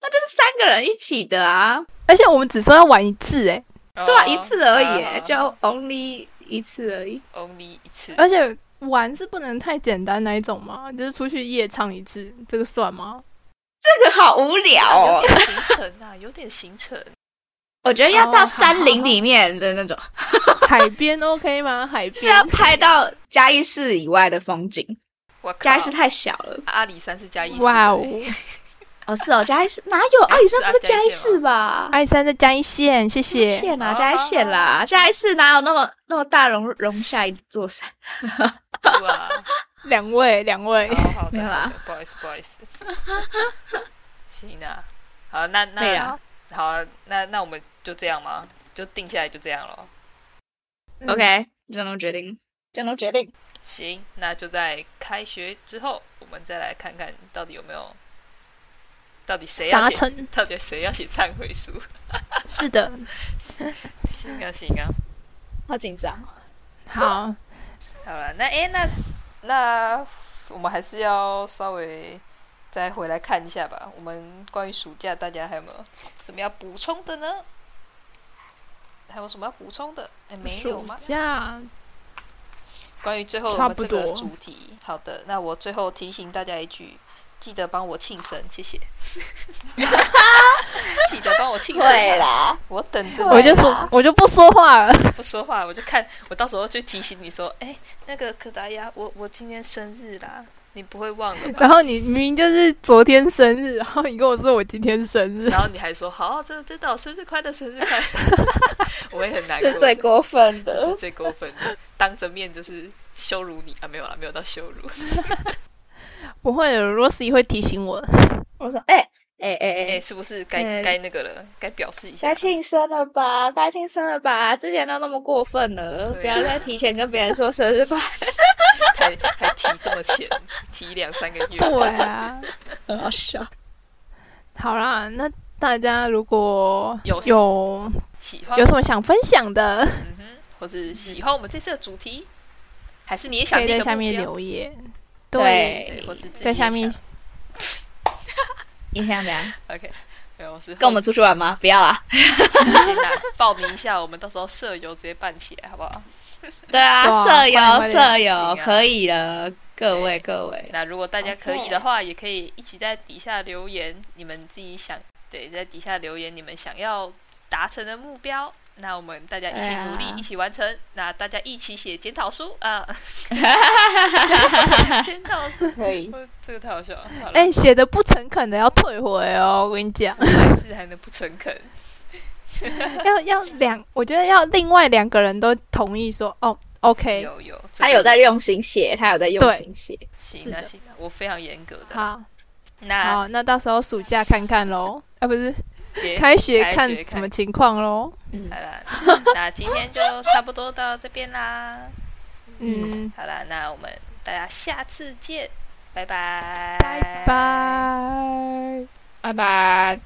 [SPEAKER 3] 那就是三个人一起的啊，
[SPEAKER 2] 而且我们只说要玩一次哎，
[SPEAKER 1] 对
[SPEAKER 3] 对啊，一次而
[SPEAKER 1] 哦
[SPEAKER 3] 已耶，就呃
[SPEAKER 1] 就
[SPEAKER 3] only 一次而已。
[SPEAKER 1] only 一次。
[SPEAKER 2] 而且玩是不能太简单那一种嘛，就是出去夜唱一次，这个算吗？ <laughs>
[SPEAKER 3] 这个好无聊
[SPEAKER 1] 有
[SPEAKER 3] 哦，
[SPEAKER 1] 点行程啊，有点行程。
[SPEAKER 3] <laughs> 我觉得要
[SPEAKER 2] 哦
[SPEAKER 3] 到
[SPEAKER 2] 好
[SPEAKER 3] 山林里面的那种，
[SPEAKER 2] 海边 OK 吗？海
[SPEAKER 3] 就是要
[SPEAKER 2] 边
[SPEAKER 3] 拍到嘉义市以外的风景。
[SPEAKER 1] 我靠
[SPEAKER 3] 嘉义市太小了，
[SPEAKER 1] 啊阿里山是加一，
[SPEAKER 2] 哇 <laughs> 哦，
[SPEAKER 3] 哦是 <laughs> 哦，嘉义市哪有阿里山不是嘉义市啊吧？
[SPEAKER 2] 爱山再加一线，谢谢。
[SPEAKER 3] 县啦，嘉义县啦，嘉义市哪有那么那么大容容下一座山？
[SPEAKER 1] 哇，
[SPEAKER 2] 两位，两位，
[SPEAKER 1] 好好
[SPEAKER 3] 没
[SPEAKER 1] 的，
[SPEAKER 3] 有
[SPEAKER 1] 好
[SPEAKER 3] 啦
[SPEAKER 1] 的不好意思，不好意思。行啊，好，那
[SPEAKER 3] 对
[SPEAKER 1] 那
[SPEAKER 3] 啊
[SPEAKER 1] 好啊，那那我们就这样吗？就定下来就这样咯。
[SPEAKER 2] 嗯
[SPEAKER 3] ，OK，这能决定，这能决定。
[SPEAKER 1] 行，那就在开学之后，我们再来看看到底有没有，到底谁要
[SPEAKER 2] 达
[SPEAKER 1] 写，
[SPEAKER 2] 成
[SPEAKER 1] 到底谁要写忏悔书？
[SPEAKER 2] 是的，
[SPEAKER 1] 行啊，行啊，
[SPEAKER 3] 好紧张，啊 <laughs>
[SPEAKER 2] 好，
[SPEAKER 1] 好了，那诶，那那我们还是要稍微再回来看一下吧。我们关于暑假，大家还有没有什么要补充的呢？还有什么要补充的？哎，没有
[SPEAKER 2] 暑
[SPEAKER 1] 吗？
[SPEAKER 2] 假
[SPEAKER 1] 关于最后
[SPEAKER 2] 差
[SPEAKER 1] 我们
[SPEAKER 2] 不
[SPEAKER 1] 这个
[SPEAKER 2] 多
[SPEAKER 1] 主题，好的，那我最后提醒大家一句，记得帮我庆生，谢 <laughs> 谢。记得帮我庆生
[SPEAKER 3] 会
[SPEAKER 1] 啊，
[SPEAKER 3] 啦，
[SPEAKER 1] 我等着
[SPEAKER 3] 对
[SPEAKER 1] 你
[SPEAKER 3] 啦
[SPEAKER 2] 我就说我就不说话了。
[SPEAKER 1] 不说话，我就看，我到时候就提醒你说，哎，那个可达鸭，我我今天生日啦，你不会忘了吧？ <laughs>
[SPEAKER 2] 然后你明明就是昨天生日，然后你跟我说我今天生 <laughs> 日，
[SPEAKER 1] 然后你还说好，真的真的哦，生日快乐，生日快乐， <laughs> 我也很难过，
[SPEAKER 3] 是最过分
[SPEAKER 1] 这是
[SPEAKER 3] 的。
[SPEAKER 1] 最过分的，当着面就是羞辱你啊，没有啦，没有到羞辱，
[SPEAKER 3] 嗯
[SPEAKER 2] 不会的，Rosie 会提醒我。
[SPEAKER 3] 我说，哎哎哎
[SPEAKER 1] 哎，
[SPEAKER 3] 哎，
[SPEAKER 1] 是不是该
[SPEAKER 3] 嗯
[SPEAKER 1] 该那个了，该表示一下
[SPEAKER 3] 该，庆生了吧，该庆生了吧，之前都那么过分了，
[SPEAKER 1] 对
[SPEAKER 3] 不要再提前跟别人说生日快
[SPEAKER 1] 还还提这么前，提两三个月，
[SPEAKER 2] 对啊，
[SPEAKER 3] 乐，很好笑。
[SPEAKER 2] 好啦，那大家如果
[SPEAKER 1] 有
[SPEAKER 2] 有
[SPEAKER 1] 喜欢
[SPEAKER 2] 有，什么想分享
[SPEAKER 1] <laughs>
[SPEAKER 2] 的，
[SPEAKER 1] 嗯哼，或是喜欢我们这次的主题，还是你也想
[SPEAKER 2] 可以
[SPEAKER 1] 立
[SPEAKER 2] 在
[SPEAKER 1] 个
[SPEAKER 2] 下
[SPEAKER 1] 目
[SPEAKER 2] 面
[SPEAKER 1] 标
[SPEAKER 2] 留言。
[SPEAKER 3] 对
[SPEAKER 1] 对，或是自己
[SPEAKER 2] 在
[SPEAKER 1] 也
[SPEAKER 2] 下面
[SPEAKER 1] 想
[SPEAKER 3] <laughs> 你想怎样？
[SPEAKER 1] OK，没有我是
[SPEAKER 3] 跟我们出去玩吗？不要啦。
[SPEAKER 1] 先来报名一下，我们到时候舍友直接办起来，好不好？
[SPEAKER 3] 对啊，
[SPEAKER 2] 哇
[SPEAKER 3] 舍友
[SPEAKER 2] 快点快
[SPEAKER 3] 舍
[SPEAKER 1] 行啊
[SPEAKER 3] 友可以了，各
[SPEAKER 1] 对
[SPEAKER 3] 位各位，
[SPEAKER 1] 那如果大家可以的话也可以一起在底下留言，你们自己想对，在底下留言你们想要达成的目标。那我们大家一起
[SPEAKER 3] 对啊
[SPEAKER 1] 努力，一起完成。那大家一起写检讨书啊，检讨书，
[SPEAKER 3] 可以。
[SPEAKER 1] 我这个太好笑了。好了，
[SPEAKER 2] 哎，写的不诚恳的要退回哦，我跟你
[SPEAKER 1] <laughs>
[SPEAKER 2] 讲，
[SPEAKER 1] 孩子还能不诚恳？
[SPEAKER 2] 要要两，我觉得要另外两个人都同意说哦
[SPEAKER 1] <laughs>
[SPEAKER 2] ，OK，
[SPEAKER 1] 有有，这
[SPEAKER 3] 他
[SPEAKER 1] 个
[SPEAKER 3] 有在用心写，他有在用
[SPEAKER 2] 对
[SPEAKER 3] 心写。
[SPEAKER 2] 是
[SPEAKER 1] 行
[SPEAKER 2] 的
[SPEAKER 1] 啊行啊，我非常严格的。啊
[SPEAKER 2] 好，
[SPEAKER 1] 那
[SPEAKER 2] 好，那到时候暑假看看喽，啊，不是
[SPEAKER 1] 结
[SPEAKER 2] 开学
[SPEAKER 1] 开学
[SPEAKER 2] 看
[SPEAKER 1] 看
[SPEAKER 2] 什么情况喽。
[SPEAKER 3] 嗯，
[SPEAKER 1] 好啦，那今天就差不多到这边啦。
[SPEAKER 2] 嗯，
[SPEAKER 1] 好啦，那我们大家下次见，拜拜，
[SPEAKER 2] 拜拜。
[SPEAKER 3] 拜拜。